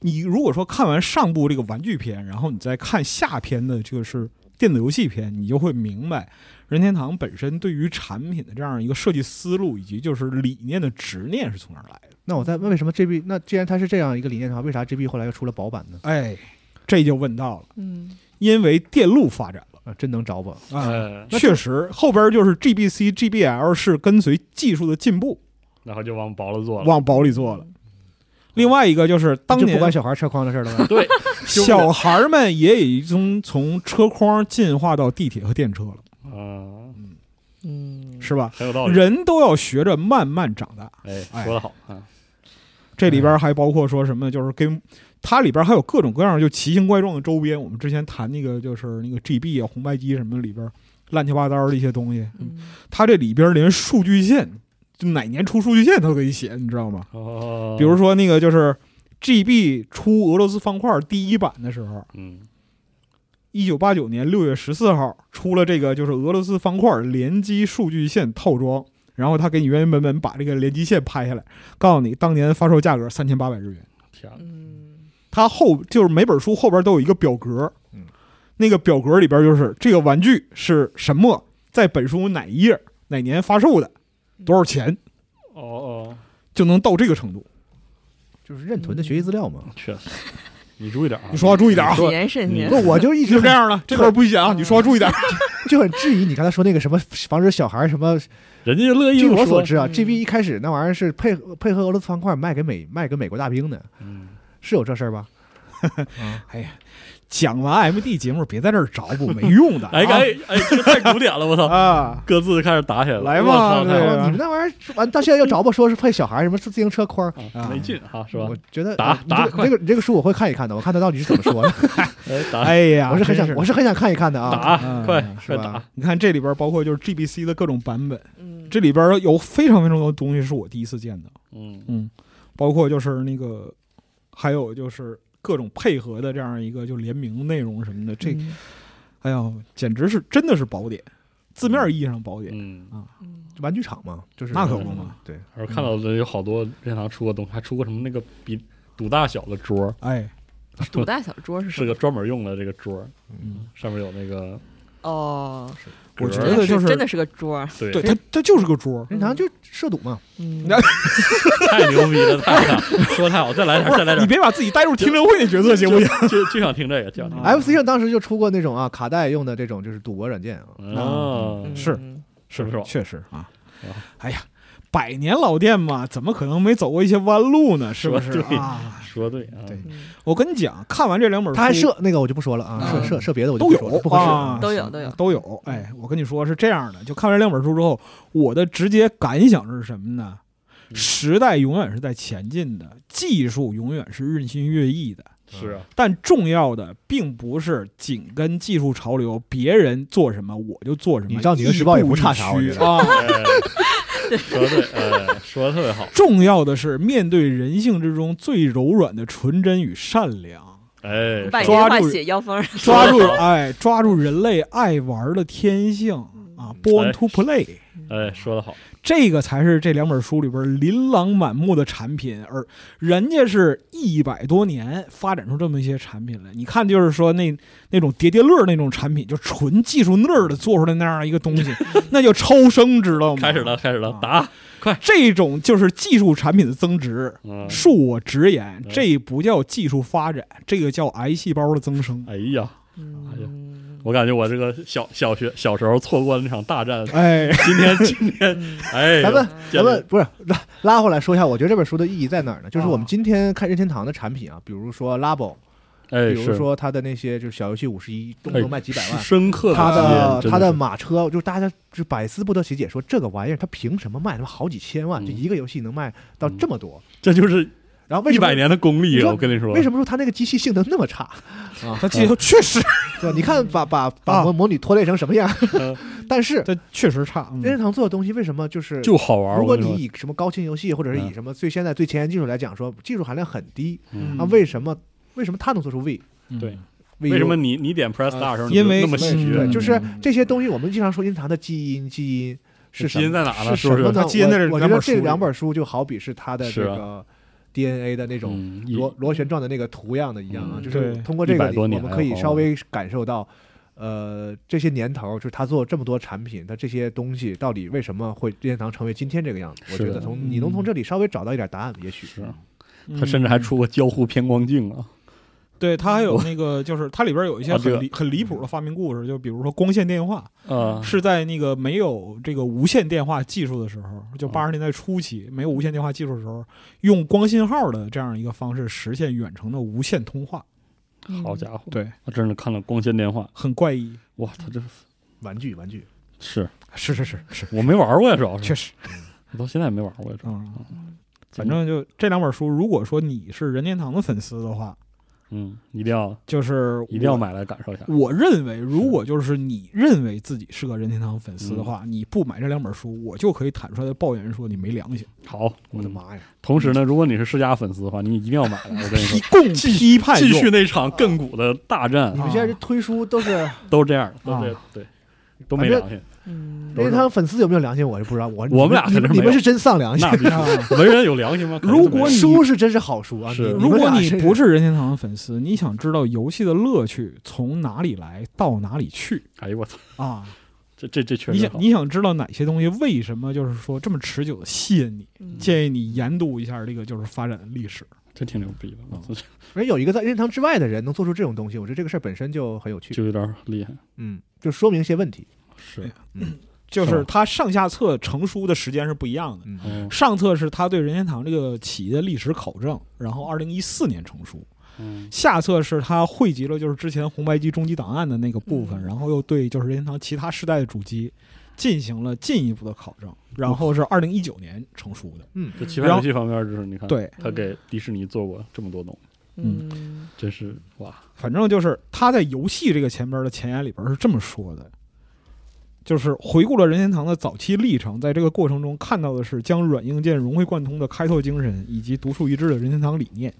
你如果说看完上部这个玩具篇，然后你再看下篇的就是电子游戏篇，你就会明白任天堂本身对于产品的这样一个设计思路以及就是理念的执念是从哪儿来的。那我在问为什么 GB？那既然它是这样一个理念的话，为啥 GB 后来又出了薄版呢？哎，这就问到了，嗯因为电路发展了啊，真能找吧？啊。哎，确实，后边就是 GBC、GBL 是跟随技术的进步然后就往薄了做了，往薄里做了。另外一个就是当就不年管小孩车筐的事儿了吧？ 对，就小孩儿们也已经从车筐进化到地铁和电车了，啊，嗯，是吧？很有道理，人都要学着慢慢长大。哎，说的好啊，这里边还包括说什么，就是跟它里边还有各种各样就奇形怪状的周边。我们之前谈那个就是那个 GB 啊、红白机什么里边乱七八糟的一些东西，嗯它这里边连数据线，就哪年出数据线它都给你写，你知道吗？哦，比如，说那个就是 GB 出俄罗斯方块第一版的时候，嗯，一九八九年六月十四号出了这个就是俄罗斯方块联机数据线套装，然后他给你原原本本把这个联机线拍下来，告诉你当年发售价格三千八百日元。天啊哪，嗯它后就是每本书后边都有一个表格，嗯，那个表格里边就是这个玩具是什么，在本书哪一页哪年发售的，多少钱，哦哦，就能到这个程度。就是认屯的学习资料嘛。确实，你注意点啊，你说话注意点啊！谨言慎你行不，。我就一直就这样了，这块不许写啊！你说话注意点。就很质疑你刚才说那个什么防止小孩儿什 么。人家就乐意据这么我所说，知啊嗯，GB 一开始那玩意儿是配合配合俄罗斯方块卖给美卖给美国大兵的，嗯，是有这事儿吧？哎呀，讲完 MD 节目，别在这儿找补，没用的。哎哎哎，这太古典了，我操，啊，各自开始打起来了，来我嘛操对太然后你们那玩意儿完到现在又找吧，说是配小孩儿什么自行车框儿，啊没劲哈，是吧我？觉得打呃你这打个你这个你这个书我会看一看的，我看他到底是怎么说 的。哎，打哎呀，我是很真想我是很想看一看的啊。打，嗯快是快吧打，你看这里边包括就是 GBC 的各种版本，嗯，这里边有非常非常多的东西是我第一次见的，嗯嗯，包括就是那个，还有就是各种配合的这样一个就联名内容什么的，这、嗯哎呦，简直是真的是宝典，字面意义上宝典，嗯，嗯玩具厂嘛，就是嗯那可不嘛，对，我看到的有好多任天堂出过东西，还出过什么那个比赌大小的桌，哎，赌大小桌是什是么个专门用的这个桌，嗯，上面有那个哦，我觉格儿啊得就是真的是个桌儿。对对它它就是个桌，任天堂嗯就涉赌嘛，嗯那太牛逼了，太好，说太好，再来点，再来你点，别把自己带入听证会那角色行不行？就就想听这个，就想听啊 FC 上当时就出过那种啊卡带用的这种就是赌博软件啊，这个啊，嗯是嗯是不是？确实啊啊，哎呀，百年老店嘛，怎么可能没走过一些弯路呢？是不是说对啊？说对啊，对嗯我跟你讲，看完这两本书，他还涉那个我就不说了啊，涉嗯涉涉别的我就都不说了有不合适啊，都有都有都有。哎，我跟你说是这样的，就看完这两本书之后，我的直接感想是什么呢？嗯时代永远是在前进的，技术永远是日新月异的。是啊，但重要的并不是紧跟技术潮流，别人做什么我就做什么。你到《纽约时报》也不差啥，亦我步亦觉趋得。啊。哎说 的对，哎，说的特别好，重要的是，面对人性之中最柔软的纯真与善良，哎，把你这抓话住写腰封上。抓住哎，抓住人类爱玩的天性啊，born 嗯 to play，哎，说的好，这个才是这两本书里边琳琅满目的产品。而人家是一百多年发展出这么一些产品来，你看，就是说那那种叠叠乐那种产品，就纯技术那儿的做出来那样一个东西， 那叫超生，知道吗？开始了，，开始了啊，打，这种就是技术产品的增值。嗯，恕我直言嗯，这不叫技术发展，这个叫癌细胞的增生。哎呀，哎呀嗯，我感觉我这个小小学小时候错过了那场大战，哎，今天今天，嗯 哎，咱们见咱了们不是拉拉回来说一下，我觉得这本书的意义在哪儿呢？就是啊我们今天看任天堂的产品啊，比如说 Labo，哎比是如说它的那些就是小游戏五十一，动不动卖几百哎万。深刻它的的体验它的真马车，就是大家就百思不得其解，说这个玩意儿它凭什么卖他妈好几千万？嗯就一个游戏能卖到这么多？是这就是然后为一什么百年的功力你啊！说我跟你说，为什么说它那个机器性能那么差？哎它技术确 实，对吧？你看把把把啊模模拟拖累成什么样？嗯 但是它确实差。嗯任天堂做的东西为什么就是就好玩儿？如果我跟你说以什么高清游戏或者是以嗯什么最现在最前沿技术来讲，说技术含量很低，嗯啊，为什么为什么他能做出 V？嗯对为什么你你点 Press Star 的时候，因为那么为喜什悦么啊对，？就是嗯这些东西，我们经常说任天堂的基因，基因是什基因么？在哪呢？是不什是么？呢它基因在这我我觉两得本书这里两本书就好比是它的是这啊个 DNA 的那种嗯，一螺螺旋状的那个图样的一样啊，嗯就是对通过这个100你，多我年们可以了稍微感受到，呃，这些年头就是他做这么多产品，他这些东西到底为什么会任天堂成为今天这个样子？我是觉得的从你能从这里稍微找到一点答案，也许是嗯他甚至还出过交互偏光镜啊！对它还有那个，就是它里边有一些啊这个很离很离谱的发明故事，就比如说光线电话啊，是在那个没有这个无线电话技术的时候，就啊八十年代初期没有无线电话技术的时候，用光信号的这样一个方式实现远程的无线通话。嗯好家伙，对，我真的看了光纤电话，很怪异。哇，他这玩具玩具，是是是是是，我没玩过呀，主要确是实，我到现在也没玩过呀，主要嗯。反正就这两本书，如果说你是任天堂的粉丝的话，嗯，一定要就是一定要。买来感受一下。我认为，如果就是你认为自己是个任天堂粉丝的话，嗯你不买这两本书，我就可以坦率的抱怨说你没良心，好，我的嗯！妈呀！同时呢，如果你是世嘉粉丝的话，你一定要买来。我跟你批 说，供批判继用续那场亘古的大战你，们现在这推书都是 都是这样的，都啊这对，都没反正良心。嗯任天堂粉丝有没有良心，我就不知道。我 我们俩你肯定你没有们是真丧良心那。必啊须，文人有良心吗？肯定 如果没有你书是真是好书啊！是你如果你 不是是任天堂的粉丝，你想知道游戏的乐趣从哪里来到哪里去哎呦我操，啊？这这这确你实想好。你想知道哪些东西为什么就是说这么持久的吸引你？嗯建议你研读一下这个就是发展的历史。真挺牛逼的，我操人有一个在任天堂之外的人能做出这种东西，我觉得这个事儿本身就很有趣。就有点厉害。嗯，就说明一些问题。是，就是是吧它上下册成书的时间是不一样的。嗯，嗯上册是他对任天堂这个企业的历史考证，然后二零一四年成书；嗯下册是他汇集了就是之前红白机终极档案的那个部分，嗯然后又对就是任天堂其他世代的主机进行了进一步的考证，然后是二零一九年成书的。这棋牌然游后戏方面，就是你看，，对，他给迪士尼做过这么多东西，嗯真是哇，反正就是他在游戏这个前边的前言里边是这么说的，就是回顾了任天堂的早期历程，在这个过程中看到的是将软硬件融会贯通的开拓精神，以及独树一帜的任天堂理念，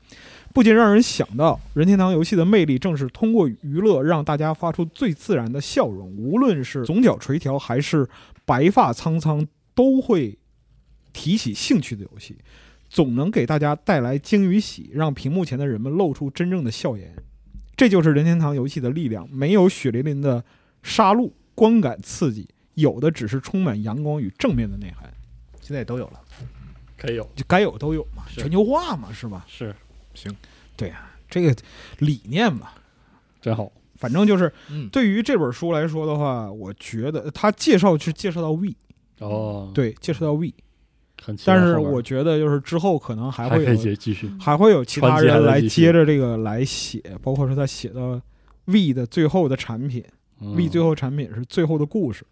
不禁让人想到任天堂游戏的魅力正是通过娱乐让大家发出最自然的笑容，无论是总角垂髫还是白发苍苍，都会提起兴趣的游戏。总能给大家带来惊与喜，让屏幕前的人们露出真正的笑颜。这就是任天堂游戏的力量，没有血淋淋的杀戮，观感刺激，有的只是充满阳光与正面的内涵，现在也都有了。可以有就该有都有嘛，是全球化嘛，是吧？是这个理念嘛，真好。反正就是嗯，对于这本书来说的话，我觉得他介绍是介绍到 V，哦，，对，介绍到 V，很期待但是后边我觉得就是之后可能还还会可以有继继续，还会有其他人来传接接着这个来写，包括说他写到 V 的最后的产品、嗯 v 最后产品是最后的故事。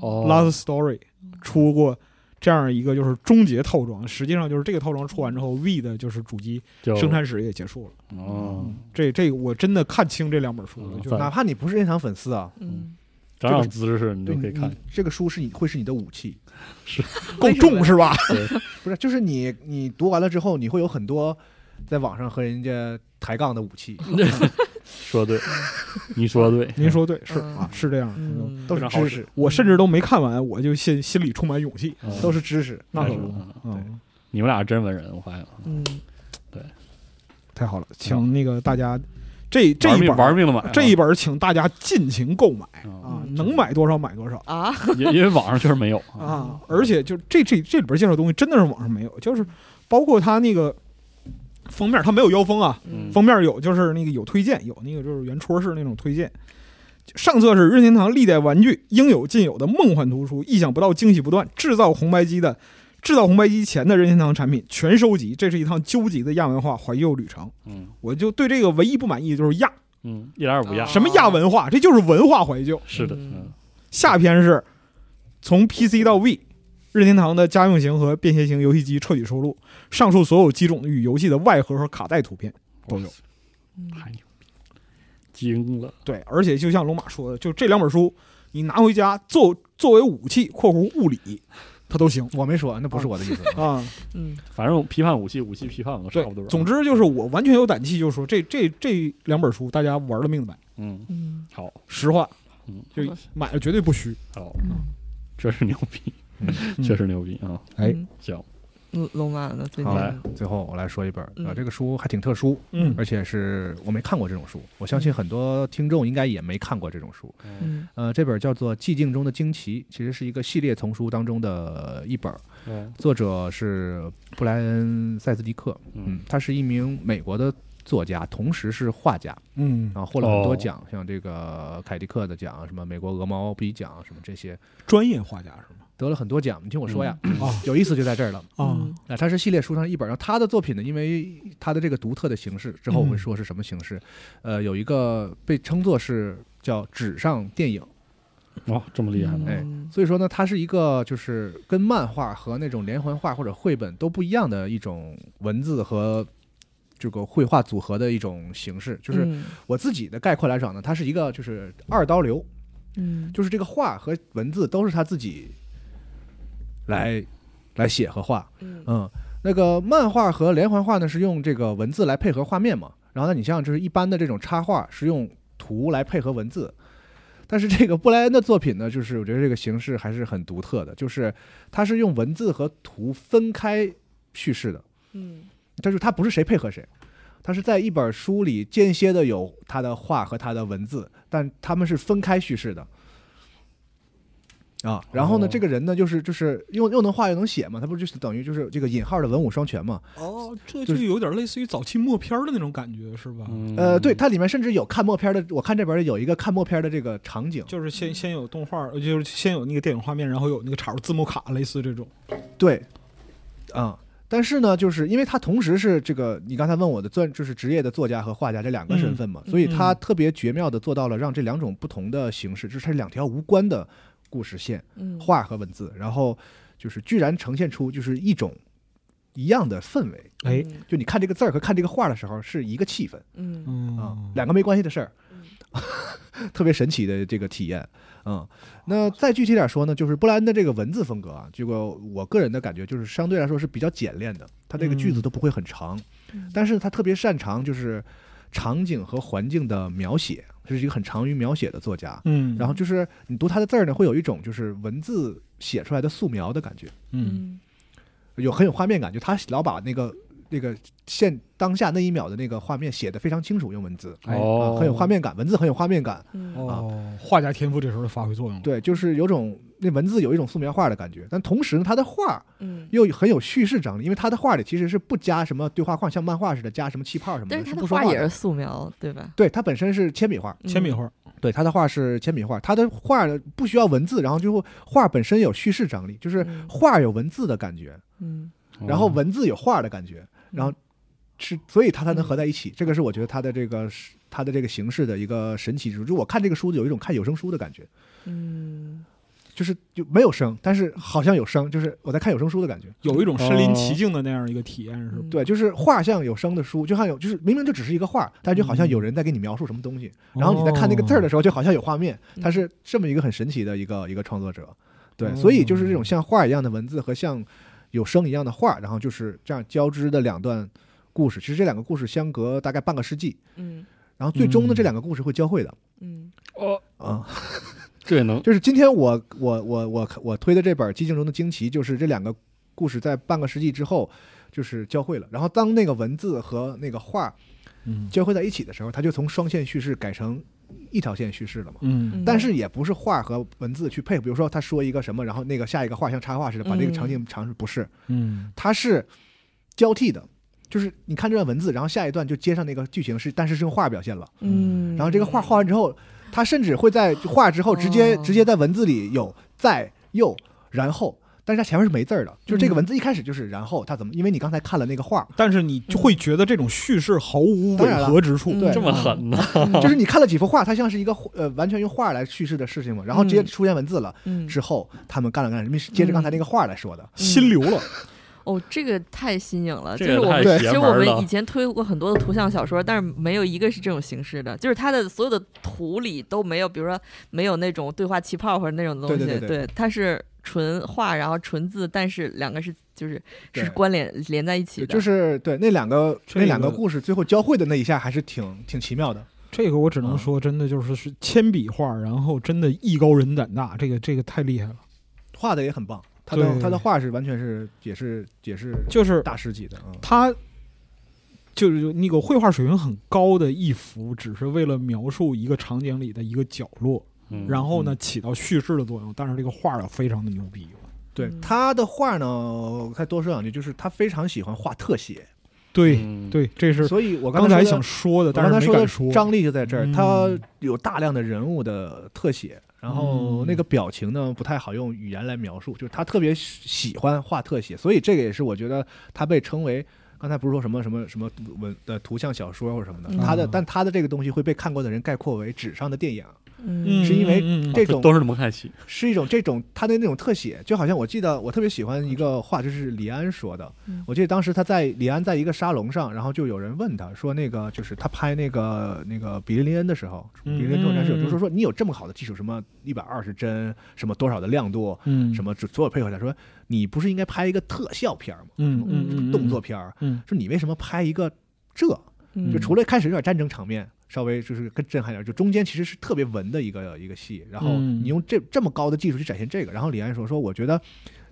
哦 Last Story 出过这样一个就是终结套装。实际上就是这个套装出完之后，V 的就是主机就生产史也结束了。嗯哦，这这个我真的看清这两本书了，嗯就反是哪怕你不是任天堂粉丝啊，嗯，长长姿势你就对可以看嗯你，这个书是你会是你的武器，够重是 吧？不是就是你你读完了之后，你会有很多在网上和人家抬杠的武 器，说对，你说对，您说对，是嗯啊，是这样的。嗯，都非是常好知使识，我甚至都没看完，我就心心里充满勇气。嗯都是知识。哎那可是不嗯，嗯，你们俩是真文人，我发现了嗯，太好了，请那个大家这这玩一命本玩命的买啊， 这一本，请大家尽情购买啊，啊，嗯能买多少买多少啊，因因为网上确实没有啊，啊！而且就这这这里边介绍的东西真的是网上没有，就是包括它那个封面，它没有腰封啊，嗯封面有就是那个有推荐，有那个就是圆戳式那种推荐。上册是任天堂历代玩具应有尽有的梦幻图书，意想不到，惊喜不断。制造红白机的，制造红白机前的任天堂产品全收集，这是一趟纠结的亚文化怀旧旅程。嗯我就对这个唯一不满意就是亚嗯，一点也不压啊，什么亚文化，这就是文化怀旧。是的，嗯嗯下篇是从 PC 到 V，任天堂的家用型和便携型游戏机彻底收录，上述所有机种与游戏的外盒和卡带图片都有。嗯太牛逼了，惊了，对，而且就像龙马说的，就这两本书，你拿回家作作为武器（括弧物理），它都行我没说，那不是我的意 思。啊。嗯，反正批判武器，武器批判我都对差不多，，总之就是我完全有胆气，就说这这这两本书大家玩了命的买，嗯，嗯，好，实话嗯，就买了绝对不虚。好，嗯 确实牛逼，嗯确实牛逼啊，哎，嗯行，龙龙马呢？最好近来嗯最后我来说一本，啊，嗯这个书还挺特殊，嗯而且是我没看过这种书，我相信很多听众应该也没看过这种书。嗯呃，这本叫做《寂静中的惊奇》，其实是一个系列丛书当中的一本，嗯作者是布莱恩·塞斯迪克，嗯嗯，，他是一名美国的作家，同时是画家，嗯然，后获了很多哦奖，像这个凯迪克的奖，什么美国鹅毛笔奖，什么这些，专业画家是吗？得了很多奖。你听我说呀，嗯哦哦啊有意思就在这儿了。嗯啊，啊，它是系列书上一本，然后他的作品呢，因为他的这个独特的形式，之后我嗯会说是什么形式，呃，有一个被称作是叫纸上电影，哦，这么厉害呢，哎嗯所以说呢，它是一个就是跟漫画和那种连环画或者绘本都不一样的一种文字和这个绘画组合的一种形式。就是嗯我自己的概括来讲呢，它是一个就是二刀流，嗯，就是这个画和文字都是他自己来来写和画，嗯嗯，那个漫画和连环画呢是用这个文字来配合画面嘛，然后呢，你像就是一般的这种插画是用图来配合文字，但是这个布莱恩的作品呢，就是我觉得这个形式还是很独特的，就是它是用文字和图分开叙事的，嗯但是它不是谁配合谁，它是在一本书里间歇的有他的画和他的文字，但他们是分开叙事的。啊，然后呢，哦这个人呢，就是就是又又能画又能写嘛，他不就是等于就是这个引号的文武双全嘛？哦，这嗯就就是有点类似于早期默片的那种感觉，是吧？嗯呃，对，，它里面甚至有看默片的，我看这边有一个看默片的这个场景，就是先先有动画，呃就是先有那个电影画面，然后有那个插入字幕卡，类似这种。对，啊、但是呢，就是因为他同时是这个你刚才问我的专就是职业的作家和画家这两个身份嘛，所以他特别绝妙的做到了让这两种不同的形式，就是它是两条无关的故事线，嗯，画和文字，然后就是居然呈现出就是一种一样的氛围，哎，嗯就你看这个字儿和看这个画的时候是一个气氛。嗯嗯啊，两个没关系的事儿， 特别神奇的这个体验。嗯，那再具体点说呢，就是布莱恩的这个文字风格啊，这个我个人的感觉就是相对来说是比较简练的，他这个句子都不会很长，嗯但是他特别擅长就是场景和环境的描写，这是一个很长于描写的作家。嗯，然后就是你读他的字儿呢，会有一种就是文字写出来的素描的感觉，嗯嗯有很有画面感，就他老把那个那个现当下那一秒的那个画面写得非常清楚，用文字。哎哦啊，，很有画，面感，文字很有画面感。嗯哦，画家天赋这时候就发挥作用了。对，就是有种那文字有一种素描画的感觉，但同时呢，他的画嗯，又很有叙事张力，因为他的画里其实是不加什么对话框，像漫画似的加什么气泡什么的，但是他不的说画话也的是。素描，对吧？嗯对，他本身是铅笔画，铅笔画，对，他的画是铅笔画，他的画呢不需要文字，然后就画本身有叙事张力，就是嗯画有文字的感觉，嗯，然后文字有画的感觉，然后是，所以它才能嗯合在一起。这个是我觉得它的这个是它的这个形式的一个神奇之处。就我看这个书，有一种看有声书的感觉，嗯就是就没有声，但是好像有声，就是我在看有声书的感觉。有一种身临其境的那样一个体验是吧？嗯对，就是画像有声的书，就像有，就是明明就只是一个画，但就好像有人在给你描述什么东西，哦哦然后你在看那个字儿的时候，就好像有画面，嗯他是这么一个很神奇的一个一个创作者，对，所以就是这种像画一样的文字和像有声一样的画，然后就是这样交织的两段故事，其实这两个故事相隔大概半个世纪，嗯然后最终呢，嗯这两个故事会交汇的，嗯哦，啊、这也能就是今天我我我我我推的这本《寂静中的惊奇》，就是这两个故事在半个世纪之后就是交汇了，然后当那个文字和那个画。嗯交汇在一起的时候，它就从双线叙事改成一条线叙事了嘛。嗯嗯但是也不是画和文字去配合，比如说他说一个什么，然后那个下一个画像插画似的把那个嗯场景尝试，不是，嗯它是交替的，就是你看这段文字，然后下一段就接上那个剧情是，但是是用画表现了，嗯，然后这个画画完之后，他甚至会在画之后直接哦直接在文字里有在又然后，但是它前面是没字儿的，就是这嗯个文字一开始就是然后它怎么，因为你刚才看了那个画，但是你就会觉得这种叙事毫无当然违了和之处。嗯对这么狠呢？哦就是你看了几幅画，它像是一个呃完全用画来叙事的事情嘛，然后直接出现文字了，嗯之后他们干了干什么？接着刚才那个画来说的，心流了，哦，这个太新颖了，这就是个我太们邪其实门我们了以前推过很多的图像小说，但是没有一个是这种形式的，就是它的所有的图里都没有，比如说没有那种对话气泡或者那种东西，对对对对它是纯画，然后纯字，但是两个是就是对是关联连在一起对的，就是对那两个这个那两个故事最后交汇的那一下还是挺挺奇妙的。这个我嗯只能说，真的就是是铅笔画，然后真的艺高人胆大，这个这个太厉害了。画的也很棒，他的对他的画是完全是也是也是就是大师级的啊。他就是那个绘画水平很高的一幅，只是为了描述一个场景里的一个角落，嗯然后呢起到叙事的作用。但是这个画儿啊非常的牛逼，对嗯他的画呢，我再多说两句，就是他非常喜欢画特写，对嗯，对，这是所以我刚才说才的想说的，我但刚才是没说的敢说。张力就在这儿，嗯他有大量的人物的特写，然后嗯那个表情呢不太好用语言来描述，就是他特别喜欢画特写，所以这个也是我觉得他被称为。刚才不是说什么什么什么文的图像小说或者什么的，嗯他的啊但他的这个东西会被看过的人概括为纸上的电影，嗯嗯，是因为嗯嗯嗯这种都是蒙太奇，是一种这种他的那种特写，就好像我记得我特别喜欢一个话，就是李安说的嗯。我记得当时他在李安在一个沙龙上，然后就有人问他说，那个就是他拍那个那个比利林恩的时候，比嗯利林恩重战是有，就是说你有这么好的技术，什么一百二十帧，什么多少的亮度，嗯什么所有配合下说，你不是应该拍一个特效片儿吗？嗯嗯嗯动作片儿，嗯说你为什么拍一个这？嗯就除了开始有点战争场面，稍微就是更震撼点儿，就中间其实是特别文的一个一个戏，然后嗯你用这这么高的技术去展现这个，然后李安说说，我觉得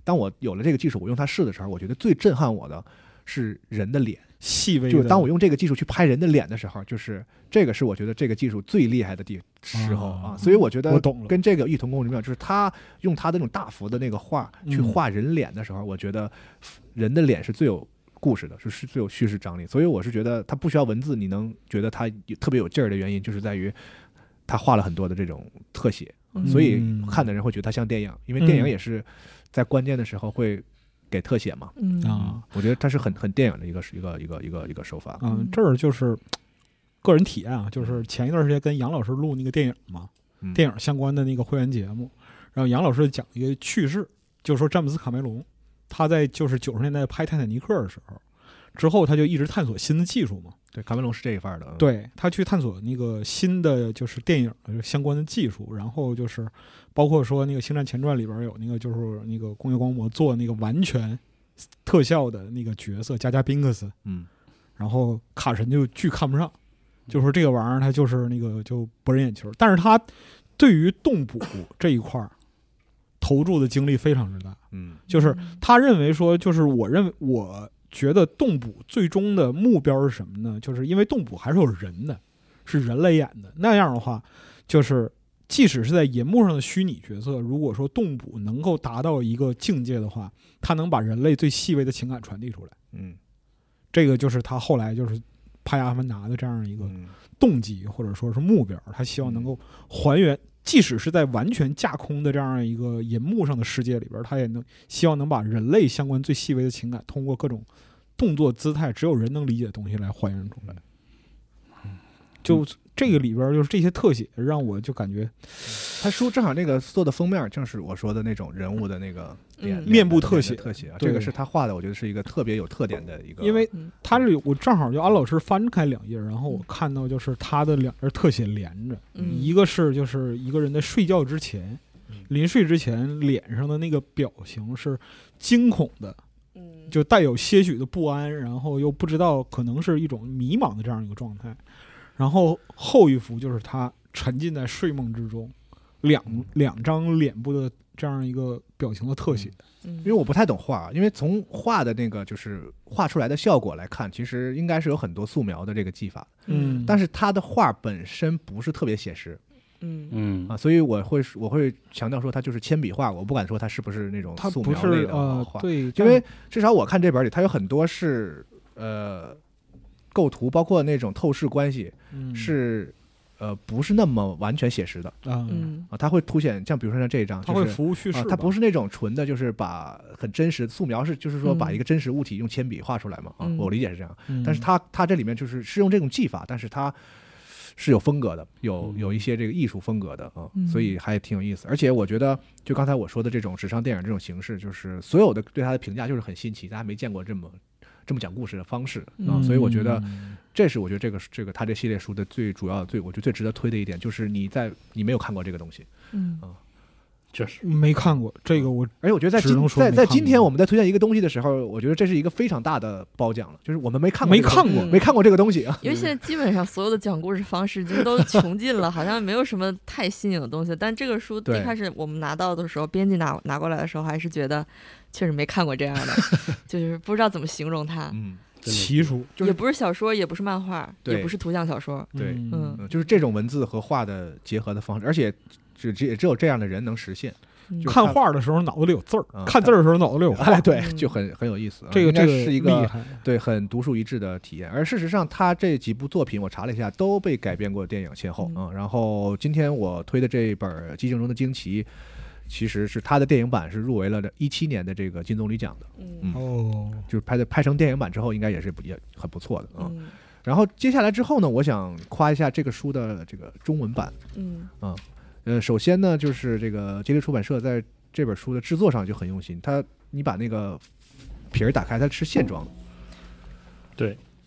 当我有了这个技术，我用它试的时候，我觉得最震撼我的是人的脸，细微就的，是当我用这个技术去拍人的脸的时候，就是这个是我觉得这个技术最厉害的地时候啊，啊所以我觉我得懂了跟这个异同工之妙，就是他用他的那种大幅的那个画去嗯画人脸的时候，我觉得人的脸是最有故事的，是是最有叙事张力。所以我是觉得他不需要文字，你能觉得他有特别有劲儿的原因，就是在于他画了很多的这种特写，嗯所以嗯看的人会觉得他像电影，因为电影嗯也是在关键的时候会给特写嘛。嗯啊，我觉得他是很很电影的一个一个一个一个一个手法。嗯，这儿就是个人体验啊，就是前一段时间跟杨老师录那个电影嘛，嗯电影相关的那个会员节目，然后杨老师讲一个趣事，就是说詹姆斯卡梅隆他在就是九十年代拍《泰坦尼克》的时候，之后他就一直探索新的技术嘛，对，卡梅隆是这一范儿的。嗯，对他去探索那个新的就是电影呃相关的技术，然后就是包括说那个《星战前传》里边有那个就是那个工业光魔做那个完全特效的那个角色加加宾克斯，嗯，然后卡神就巨看不上，就说这个玩意儿他就是那个就博人眼球，但是他对于动捕这一块儿投注的精力非常之大，嗯就是他认为说，就是我认为我觉得动捕最终的目标是什么呢？就是因为动捕还是有人的，是人类演的，那样的话就是。即使是在银幕上的虚拟角色，如果说动捕能够达到一个境界的话，它能把人类最细微的情感传递出来。嗯这个就是他后来就是拍《阿凡达》的这样一个嗯动机或者说是目标，他希望能够还原，即使是在完全架空的这样一个银幕上的世界里边，他也能希望能把人类相关最细微的情感，通过各种动作姿态，只有人能理解的东西来还原出来。嗯就这个里边儿就是这些特写，让我就感觉他书正好那个做的封面正是我说的那种人物的那个嗯脸脸的面部特脸的写特写啊，对这个是他画的，我觉得是一个特别有特点的一个，因为嗯他这我正好就安老师翻开两页，然后我看到就是他的两页特写连着，嗯一个是就是一个人在睡觉之前嗯，临睡之前脸上的那个表情是惊恐的，嗯，就带有些许的不安，然后又不知道可能是一种迷茫的这样一个状态。然后后一幅就是他沉浸在睡梦之中，两嗯两张脸部的这样一个表情的特写，因因为我不太懂画啊，因为从画的那个就是画出来的效果来看，其实应该是有很多素描的这个技法，嗯，但是是他的画本身不是特别写实嗯嗯啊，所以我会我会强调说他就是铅笔画，我不敢说他是不是那种他素不描类是的呃画，对，因但为至少我看这本里，它有很多是呃构图，包括那种透视关系嗯是、呃不是那么完全写实的啊，嗯啊，它会凸显像比如说像这一张，他就会是。服务叙事啊吧，，它不是那种纯的，就是把很真实素描是，就是说把嗯一个真实物体用铅笔画出来嘛，啊，嗯我理解是这样。嗯，但是它它这里面就是是用这种技法，但是它是有风格的，有嗯有一些这个艺术风格的啊，嗯所以还挺有意思。而且我觉得，就刚才我说的这种时尚电影这种形式，就是所有的对它的评价就是很新奇，大家没见过这么这么讲故事的方式啊，嗯所以我觉得这是我觉得这个这个它这系列书的最主要最我觉得最值得推的一点，就是你在你没有看过这个东西，嗯确实，嗯没看过这个，我而且我觉得在只今能说在没在看今天过我们在推荐一个东西的时候，我觉得这是一个非常大的褒奖了，就是我们没看过没这个看东过嗯没看过这个东西啊。因为现在基本上所有的讲故事方式就是都穷尽了，好像没有什么太新颖的东西。但这个书对一开始我们拿到的时候，编辑拿拿过来的时候，还是觉得确实没看过这样 的，就是不知道怎么形容它。嗯，真的奇书，就是也不是小说，也不是漫画，对也不是图像小说。对嗯嗯，就是这种文字和画的结合的方式，而且只只也只有这样的人能实 现。嗯就看画的时候脑子里有字儿，嗯看字儿的时候脑子里有画哎，，对，嗯就很很有意思啊。这个应这该个是一厉个害，对很独树一帜的体验。而事实上，他这几部作品我查了一下，都被改编过电影先后嗯嗯。然后今天我推的这一本《寂静中的惊奇》，其实是他的电影版是入围了一七年的这个金棕榈奖的，嗯哦，就是拍的拍成电影版之后，应该也是不也很不错的啊。嗯然后接下来之后呢，我想夸一下这个书的这个中文版。嗯呃，首先呢，就是这个接力出版社在这本书的制作上就很用心，它你把那个皮儿打开，它 是线装的，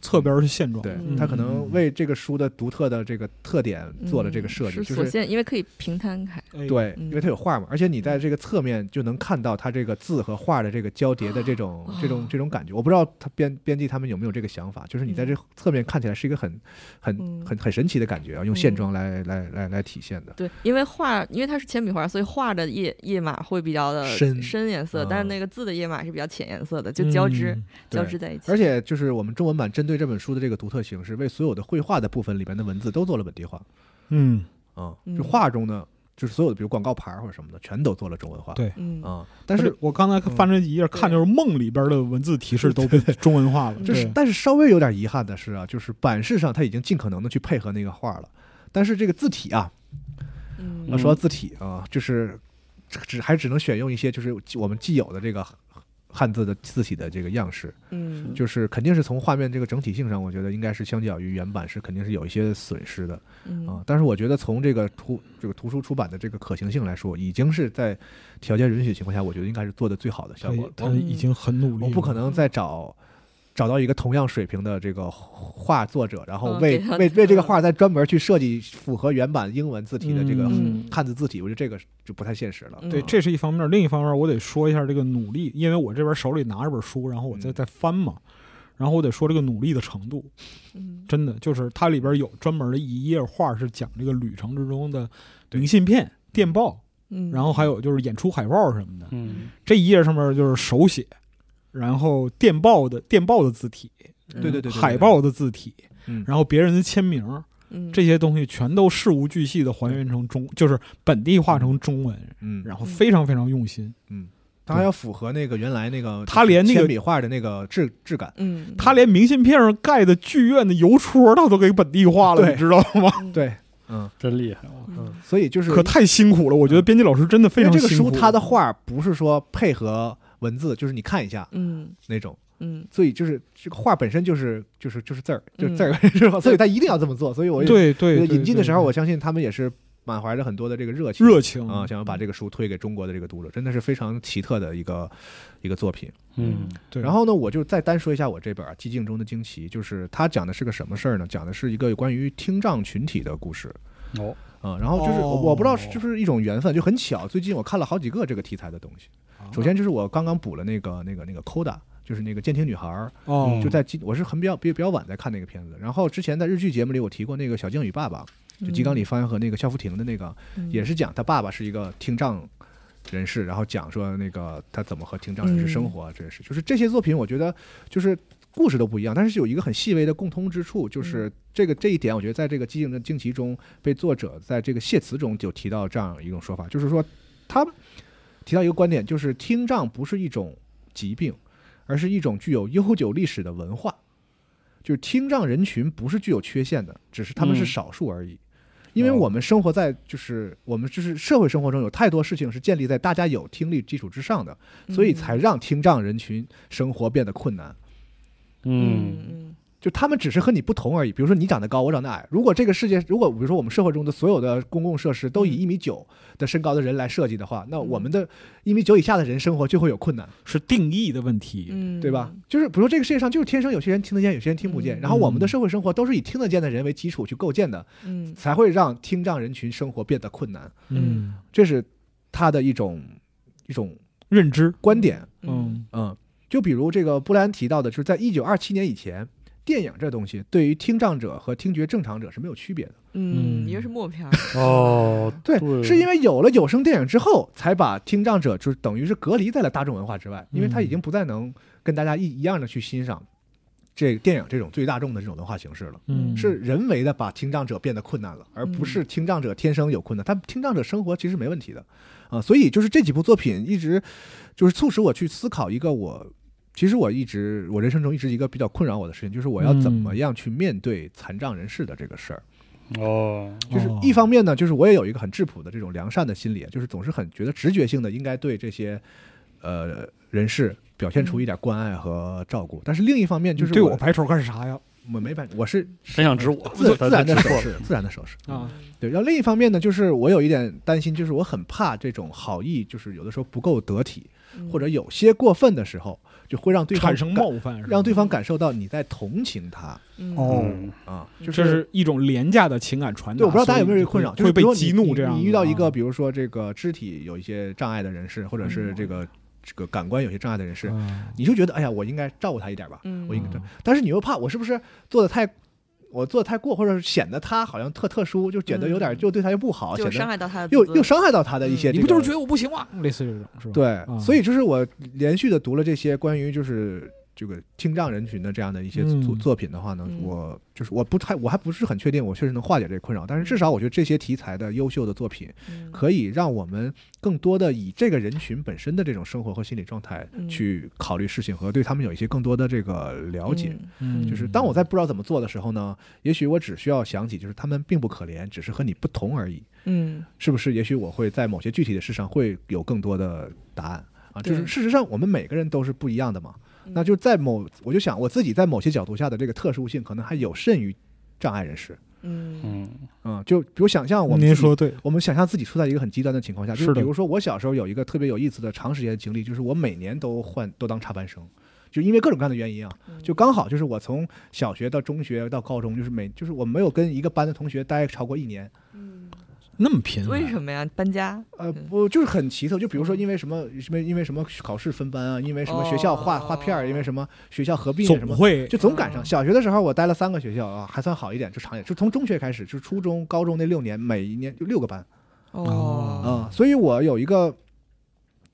侧边是线装，对，嗯它可能为这个书的独特的这个特点做了这个设计，嗯是就锁是。线，因为可以平摊开。哎，对，嗯因为它有画嘛，而且你在这个侧面就能看到它这个字和画的这个交叠的这种、啊这种、这种感觉。我不知道他编编辑他们有没有这个想法，就是你在这侧面看起来是一个很、很、嗯很、很神奇的感觉啊，用线装来、来、来、来体现的。对，因为画，因为它是铅笔画，所以画的页页码会比较的深深颜色，但是嗯那个字的页码是比较浅颜色的，就嗯，交织、交对织在一起。而且就是我们中文版针对这本书的这个独特形式，为所有的绘画的部分里面的文字都做了本地化嗯，啊、嗯就画中呢，就是所有的比如广告牌儿或者什么的，全都做了中文化。对嗯，啊、但但是是嗯我刚才翻这一页看，就是梦里边的文字提示都被中文化了，对就是对但是稍微有点遗憾的是啊，就是版式上它已经尽可能的去配合那个画了，但是这个字体啊，嗯我说到字体啊，就是只只还只能选用一些就是我们既有的这个汉字的字体的这个样式。嗯就是肯定是从画面这个整体性上，我觉得应该是相较于原版是肯定是有一些损失的嗯啊。但是我觉得从这个图这个图书出版的这个可行性来说，已经是在条件允许情况下，我觉得应该是做的最好的效他果了。他已经很努力我了，不可能再找找到一个同样水平的这个画作者，然后嗯为给他为为这嗯个画再专门去设计符合原版英文字体的这个嗯汉字字体，我觉得这个就不太现实了。嗯对，这是一方面。另一方面，我得说一下这个努力，因为我这边手里拿着本书，然后我在嗯在翻嘛，然后我得说这个努力的程度，嗯真的就是它里边有专门的一页画是讲这个旅程之中的明信片、电报，嗯，然后还有就是演出海报什么的。嗯，这一页上面就是手写，然后电报的电报的字体，嗯对对对对海报的字体，嗯然后别人的签名，嗯这些东西全都事无巨细的还原成中，就是本地化成中文，嗯，然后非常非常用心。它还要符合那个原来那个他连那个铅笔画的那个质质感。嗯他连明信片上盖的剧院的邮戳，他都给本地化了，对你知道吗？嗯对，嗯，真厉害，我嗯所以就是可太辛苦了，我觉得编辑老师真的嗯非因为常这个辛苦。书它的画不是说配合文字，就是你看一下嗯那种，嗯所以就是这个画本身就是就是就是字儿，就是嗯字儿， 是吧？所以他一定要这么做。所以我也对对，对引进的时候，对我相信他们也是满怀着很多的这个热情，热情啊，想要把这个书推给中国的这个读者，真的是非常奇特的一个一个作品。嗯对，然后呢，我就再单说一下我这本啊《寂静中的惊奇》，就是它讲的是个什么事儿呢？讲的是一个有关于听障群体的故事哦，啊、然后就是我我不知道是哦是不是一种缘分，就很巧，最近我看了好几个这个题材的东西。首先就是我刚刚补了那个那个那个 Koda，就是那个监听女孩儿，嗯哦，就在今我是很比较比比较晚才看那个片子。然后之前在日剧节目里我提过那个《小静与爸爸》，嗯就吉冈里帆和那个夏福亭的那个，也是讲他爸爸是一个听障人士，然后讲说那个他怎么和听障人士生活啊这件事。就是这些作品，我觉得就是故事都不一样，但是有一个很细微的共通之处，就是这个这一点，我觉得在这个《寂静的惊奇》中被作者在这个谢词中就提到这样一种说法，就是说他提到一个观点，就是听障不是一种疾病，而是一种具有悠久历史的文化。就是听障人群不是具有缺陷的，只是他们是嗯少数而已。因为哦我们生活在就是我们就是社会生活中有太多事情是建立在大家有听力基础之上的，嗯所以才让听障人群生活变得困难。嗯嗯就他们只是和你不同而已。比如说你长得高，我长得矮。如果这个世界，如果比如说我们社会中的所有的公共设施都以一米九的身高的人来设计的嗯话，那我们的一米九以下的人生活就会有困难，是定义的问题，嗯，对吧？就是比如说这个世界上就是天生有些人听得见，有些人听不见。嗯然后我们的社会生活都是以听得见的人为基础去构建的，嗯？才会让听障人群生活变得困难。嗯，这是他的一种一种认知，观点。嗯嗯嗯，就比如这个布莱恩提到的，就是在一九二七年以前，电影这东西对于听障者和听觉正常者是没有区别的。嗯，嗯一个是默片 儿，哦，对，对是因为有了有声电影之后，才把听障者就是等于是隔离在了大众文化之外，因为他已经不再能跟大家一一样的去欣赏这电影这种最大众的这种文化形式了。嗯，是人为的把听障者变得困难了，而不是听障者天生有困难。他听障者生活其实没问题的，啊、所以就是这几部作品一直就是促使我去思考一个我，其实我一直我人生中一直一个比较困扰我的事情，就是我要怎么样去面对残障人士的这个事儿。哦，就是哦一方面呢，就是我也有一个很质朴的这种良善的心理，就是总是很觉得直觉性的应该对这些呃人士表现出一点关爱和照顾，但是另一方面就是对我我白头干啥呀？我没办，我是真想指我，自他自然的他指手错了势，自然的手势。嗯啊，对，然后另一方面呢，就是我有一点担心，就是我很怕这种好意，就是有的时候不够得体，嗯或者有些过分的时候，就会让对方产生感冒犯是吧，让对方感受到你在同情他嗯哦嗯啊，就这是一种廉价的情感传达。对，我不知道大家有没有这个困扰，所就是以比会如说被你激怒你这样的啊。你遇到一个比如说这个肢体有一些障碍的人士，或者是这嗯个这个感官有些障碍的人士，啊你就觉得哎呀，我应该照顾他一点吧，嗯我应该这嗯，但是你又怕我是不是做的太。我做的太过，或者是显得他好像特特殊，就显得有点嗯就对他又不好，就显伤得害到他的哦又自尊嗯又伤害到他的一些、这嗯个。你不就是觉得我不行吗？类似这种是吧？对，啊所以就是我连续的读了这些关于就是这个听障人群的这样的一些嗯作作品的话呢，嗯我就是我不太我还不是很确定，我确实能化解这个困扰，但是至少我觉得这些题材的优秀的作品，嗯可以让我们更多的以这个人群本身的这种生活和心理状态嗯去考虑事情和对他们有一些更多的这个了解。嗯嗯，就是当我在不知道怎么做的时候呢，也许我只需要想起，就是他们并不可怜，只是和你不同而已。嗯是不是也许我会在某些具体的事上会有更多的答案啊？就对是事实上，我们每个人都是不一样的嘛。嗯那就在某，我就想我自己在某些角度下的这个特殊性，可能还有甚于障碍人士。嗯嗯嗯，就比如想象我们您自己说对，我们想象自己处在一个很极端的情况下，就是是的比如说我小时候有一个特别有意思的长时间的经历，就是我每年都换都当插班生，就因为各种各样的原因啊，嗯就刚好就是我从小学到中学到高中，就是每就是我没有跟一个班的同学待超过一年，那么频繁为什么呀？搬家呃，嗯不，就是很奇特，就比如说因为什么什么因为什么考试分班啊，因为什么学校划划片儿，因为什么学校合并啊什总么，会就总赶上。哦小学的时候我待了三个学校啊，还算好一点，就长一点，就从中学开始，就初中、高中那六年，每一年就六个班啊、哦所以我有一个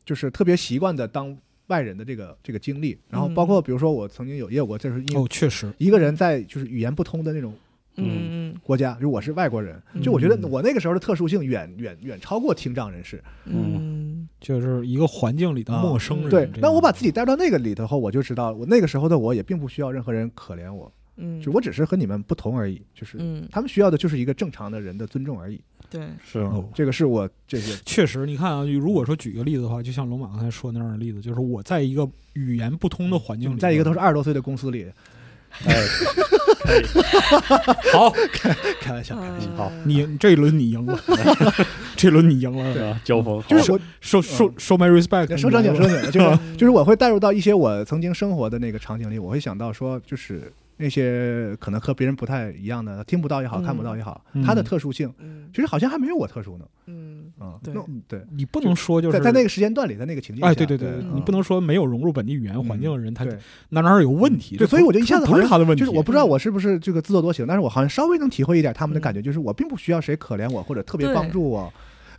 就是特别习惯的当外人的这个这个经历，然后包嗯括比如说我曾经有也有过，就是因为哦，确实，一个人在就是语言不通的那种嗯嗯国家，就我是外国人，就我觉得我那个时候的特殊性远远远超过听障人士。嗯就是一个环境里的啊陌生人。对，这那样我把自己带到那个里头后，我就知道，我那个时候的我也并不需要任何人可怜我，嗯嗯，就我只是和你们不同而已，就是嗯，他们需要的就是一个正常的人的尊重而已。对，是哦这个是我这些确实，你看啊，如果说举个例子的话，就像龙马刚才说那样的例子，就是我在一个语言不通的环境里，嗯在一个都是二十多岁的公司里，好，开玩笑，开玩笑。好呃你这一轮 你赢了，这轮你赢对了，啊，交锋好就是我收嗯收收 my respect，收正经，收你赢了正经，就是嗯就是我会带入到一些我曾经生活的那个场景里，我会想到说，就是那些可能和别人不太一样的，听不到也好，嗯看不到也好，嗯它的特殊性，嗯其实好像还没有我特殊呢。嗯，嗯，对那对，你不能说就是在在那个时间段里，在那个情境下，哎，对对对对，，嗯你不能说没有融入本地语言环境的人，他对嗯那哪儿有问题？对，所以我就一下子不好是像他的问题，就是我不知道我是不是这个自作多情，但是我好像稍微能体会一点他们的感觉，就是我并不需要谁可怜我或者特别对帮助我。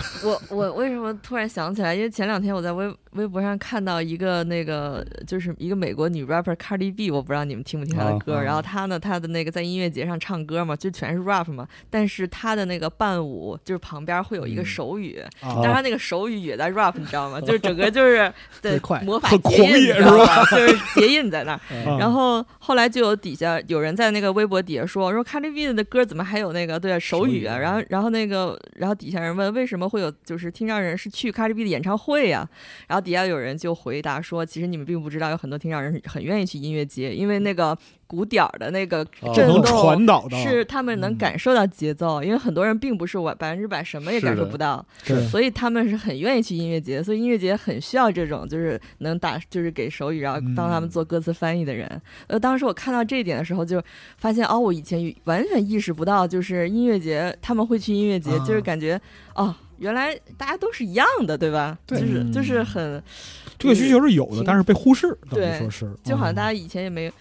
我我为什么突然想起来？因为前两天我在微微博上看到一个那个，就是一个美国女 rapper Cardi B，我不知道你们听不听她的歌。啊啊然后她呢，她的那个在音乐节上唱歌嘛，就全是 rap 嘛。但是她的那个伴舞，就是旁边会有一个嗯手语，啊但是她那个手语也在 rap，你知道吗？就是整个就是特对别快魔法很结狂印野你知道吧？就是结印在那儿。啊。然后后来就有底下有人在那个微博底下说说 Cardi B 的歌怎么还有那个对手语啊？然后然后那个然后底下人问为什么会有就是听障人是去 Cardi B 的演唱会呀、然后底下有人就回答说，其实你们并不知道，有很多听障人很愿意去音乐节，因为那个鼓点儿的那个哦这震能动。传导到嗯是他们能感受到节奏，因为很多人并不是我百分之百什么也是感受的不到，是所以他们是很愿意去音乐节，所以音乐节很需要这种就是能打就是给手语，然嗯后帮他们做歌词翻译的人。呃，当时我看到这一点的时候，就发现哦，我以前完全意识不到，就是音乐节他们会去音乐节，啊就是感觉哦，原来大家都是一样的，对吧？对就是就是很嗯这个需求是有的，挺但是被忽视，等于对说是，嗯就好像大家家以前也没有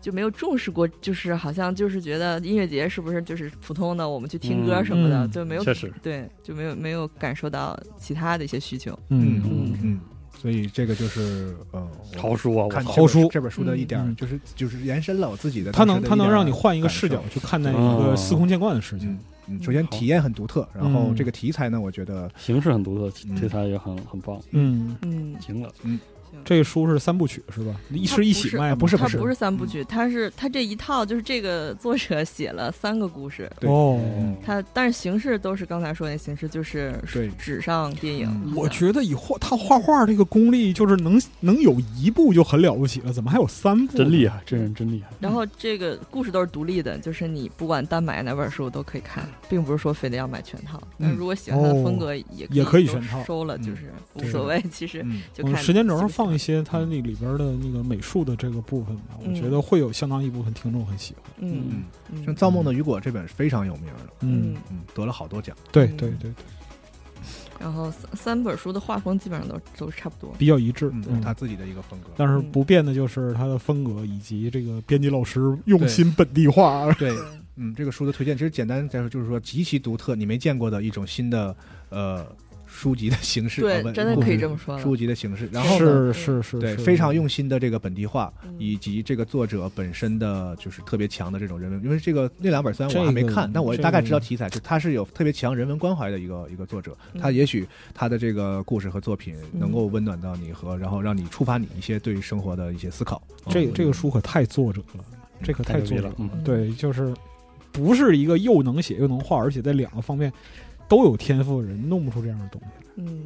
就没有重视过，就是好像就是觉得音乐节是不是就是普通的我们去听歌什么的，嗯就没有确实对就没有没有感受到其他的一些需求。嗯嗯嗯，所以这个就是呃，我好书啊，看我这操好本书这本书的一点儿嗯就是就是延伸了我自己的它当时的一点儿能它感受，能让你换一个视角去看待一个司空见惯的事情嗯。嗯，首先好体验很独特，然后嗯这个题材呢，我觉得形式很独特，题嗯题材也很很棒，嗯，嗯，行了，这个书是三部曲是吧？一师一喜卖不是它不不是三部曲，它是它这一套就是这个作者写了三个故事，对哦。嗯它但是形式都是刚才说那形式，就是对纸上电影嗯。我觉得以后他画画这个功力，就是能能有一部就很了不起了，怎么还有三部？真厉！害，这人真厉害。然后这个故事都是独立的，就是你不管单买哪本书都可以看，并不是说非得要买全套。但是如果喜欢它的风格，也嗯哦也可可以以全套嗯都收了，就是无对所谓。其实嗯就嗯，看时间轴喜不上喜欢放一些他那里边的那个美术的这个部分吧，我嗯觉得会有相当一部分听众很喜欢。嗯嗯，嗯像《造梦的雨果》这本是非常有名的，嗯，嗯，得了好多奖，对嗯对对对，然后三三本书的画风基本上都都差不多。比较一致。嗯，有嗯他自己的一个风格。但是嗯不变的就是它的风格以及这个编辑老师用心本地化。对，对嗯，这个书的推荐其实简单来说就是说极其独特，你没见过的一种新的呃书籍的形式，啊呃对，文真的可以这么说了。书籍的形式。然后呢，是是是，嗯对是非常用心的这个本地化，嗯以及这个作者本身的就是特别强的这种人文，因为这个那两本虽然这我还没个看，但我这大概个知道题材，就他是有特别强人文关怀的一个一个作者，嗯他也许他的这个故事和作品能嗯够温暖到你和然后让你触发你一些对于生活的一些思考。嗯这这个书可太作者了，这可太牛作逼者了，嗯，对，就是不是一个又能写又能画，而且在两个方面都有天赋的人，弄不出这样的东西。嗯。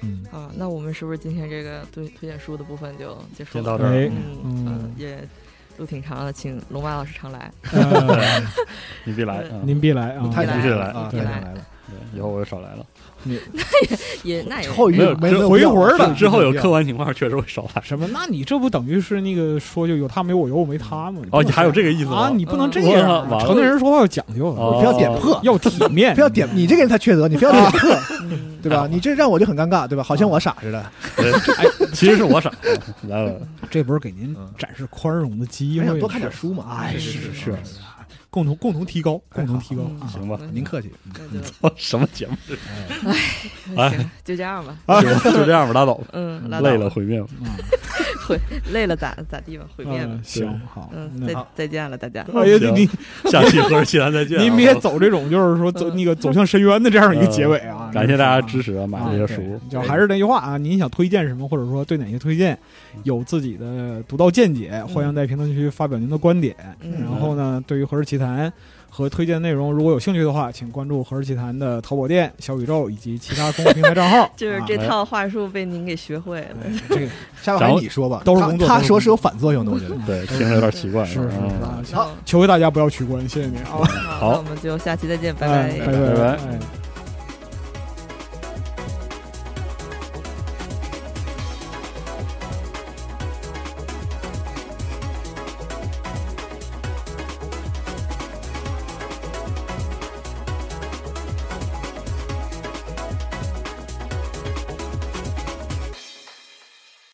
嗯，啊，那我们是不是今天这个推推荐书的部分就结束先了？到这哎儿，嗯嗯呃也路挺长的，请龙马老师常来。 呃你必来啊！您必来啊！嗯太必想必来来啊，必太来想来了。对以后我就少来了。也那也后一没有没之有回必要魂儿了之后有客客观情况，确实会少来。什么？那你这不等于是那个说就有他没我有我没他吗？哦，你还有这个意思啊？吗？你不能这我样操完啊，了成年人说话要讲究的，哦不要点破，要体面，不要点，你这个人才缺德，你非要点破，嗯对吧？你这让我就很尴尬，对吧？好像我傻似的。哎，其实是我傻。 来来来，这不是给您嗯展示宽容的机还会吗？想哎多看点书嘛。哎，哎，是是是，共同共同提高，哎共同提高好啊！ 行吧那您客气。嗯那就什么 节目？那行，就这样吧。就就这样吧，拉倒吧。嗯，拉倒啊累了，，毁灭吧。毁累了咋咋地吧，毁灭吧嗯，。行好，嗯，那再好再见了，大家。 哎呀，你下期和其他再见啊。您别走这种就是说走嗯那个走向深渊的这样一个结尾啊！嗯感谢大家支持啊，买啊这些对书。就还是那句话啊，您想推荐什么，或者说对哪些推荐有自己的独到见解，欢迎在评论区发表您的观点。嗯。然后呢，对于《何氏奇谈》和推荐内容，如果有兴趣的话，请关注《何氏奇谈》的淘宝店、小宇宙以及其他公众平台账号 就是啊这套话术被您给学会了。这个下然回后你说吧，都是他工作他都是说工是有反作用的，我觉得。对，听着有点奇怪。是是是啊，好，求求大家不要取关，谢谢您啊，嗯好，好那我们就下期再见，拜哎拜拜拜哎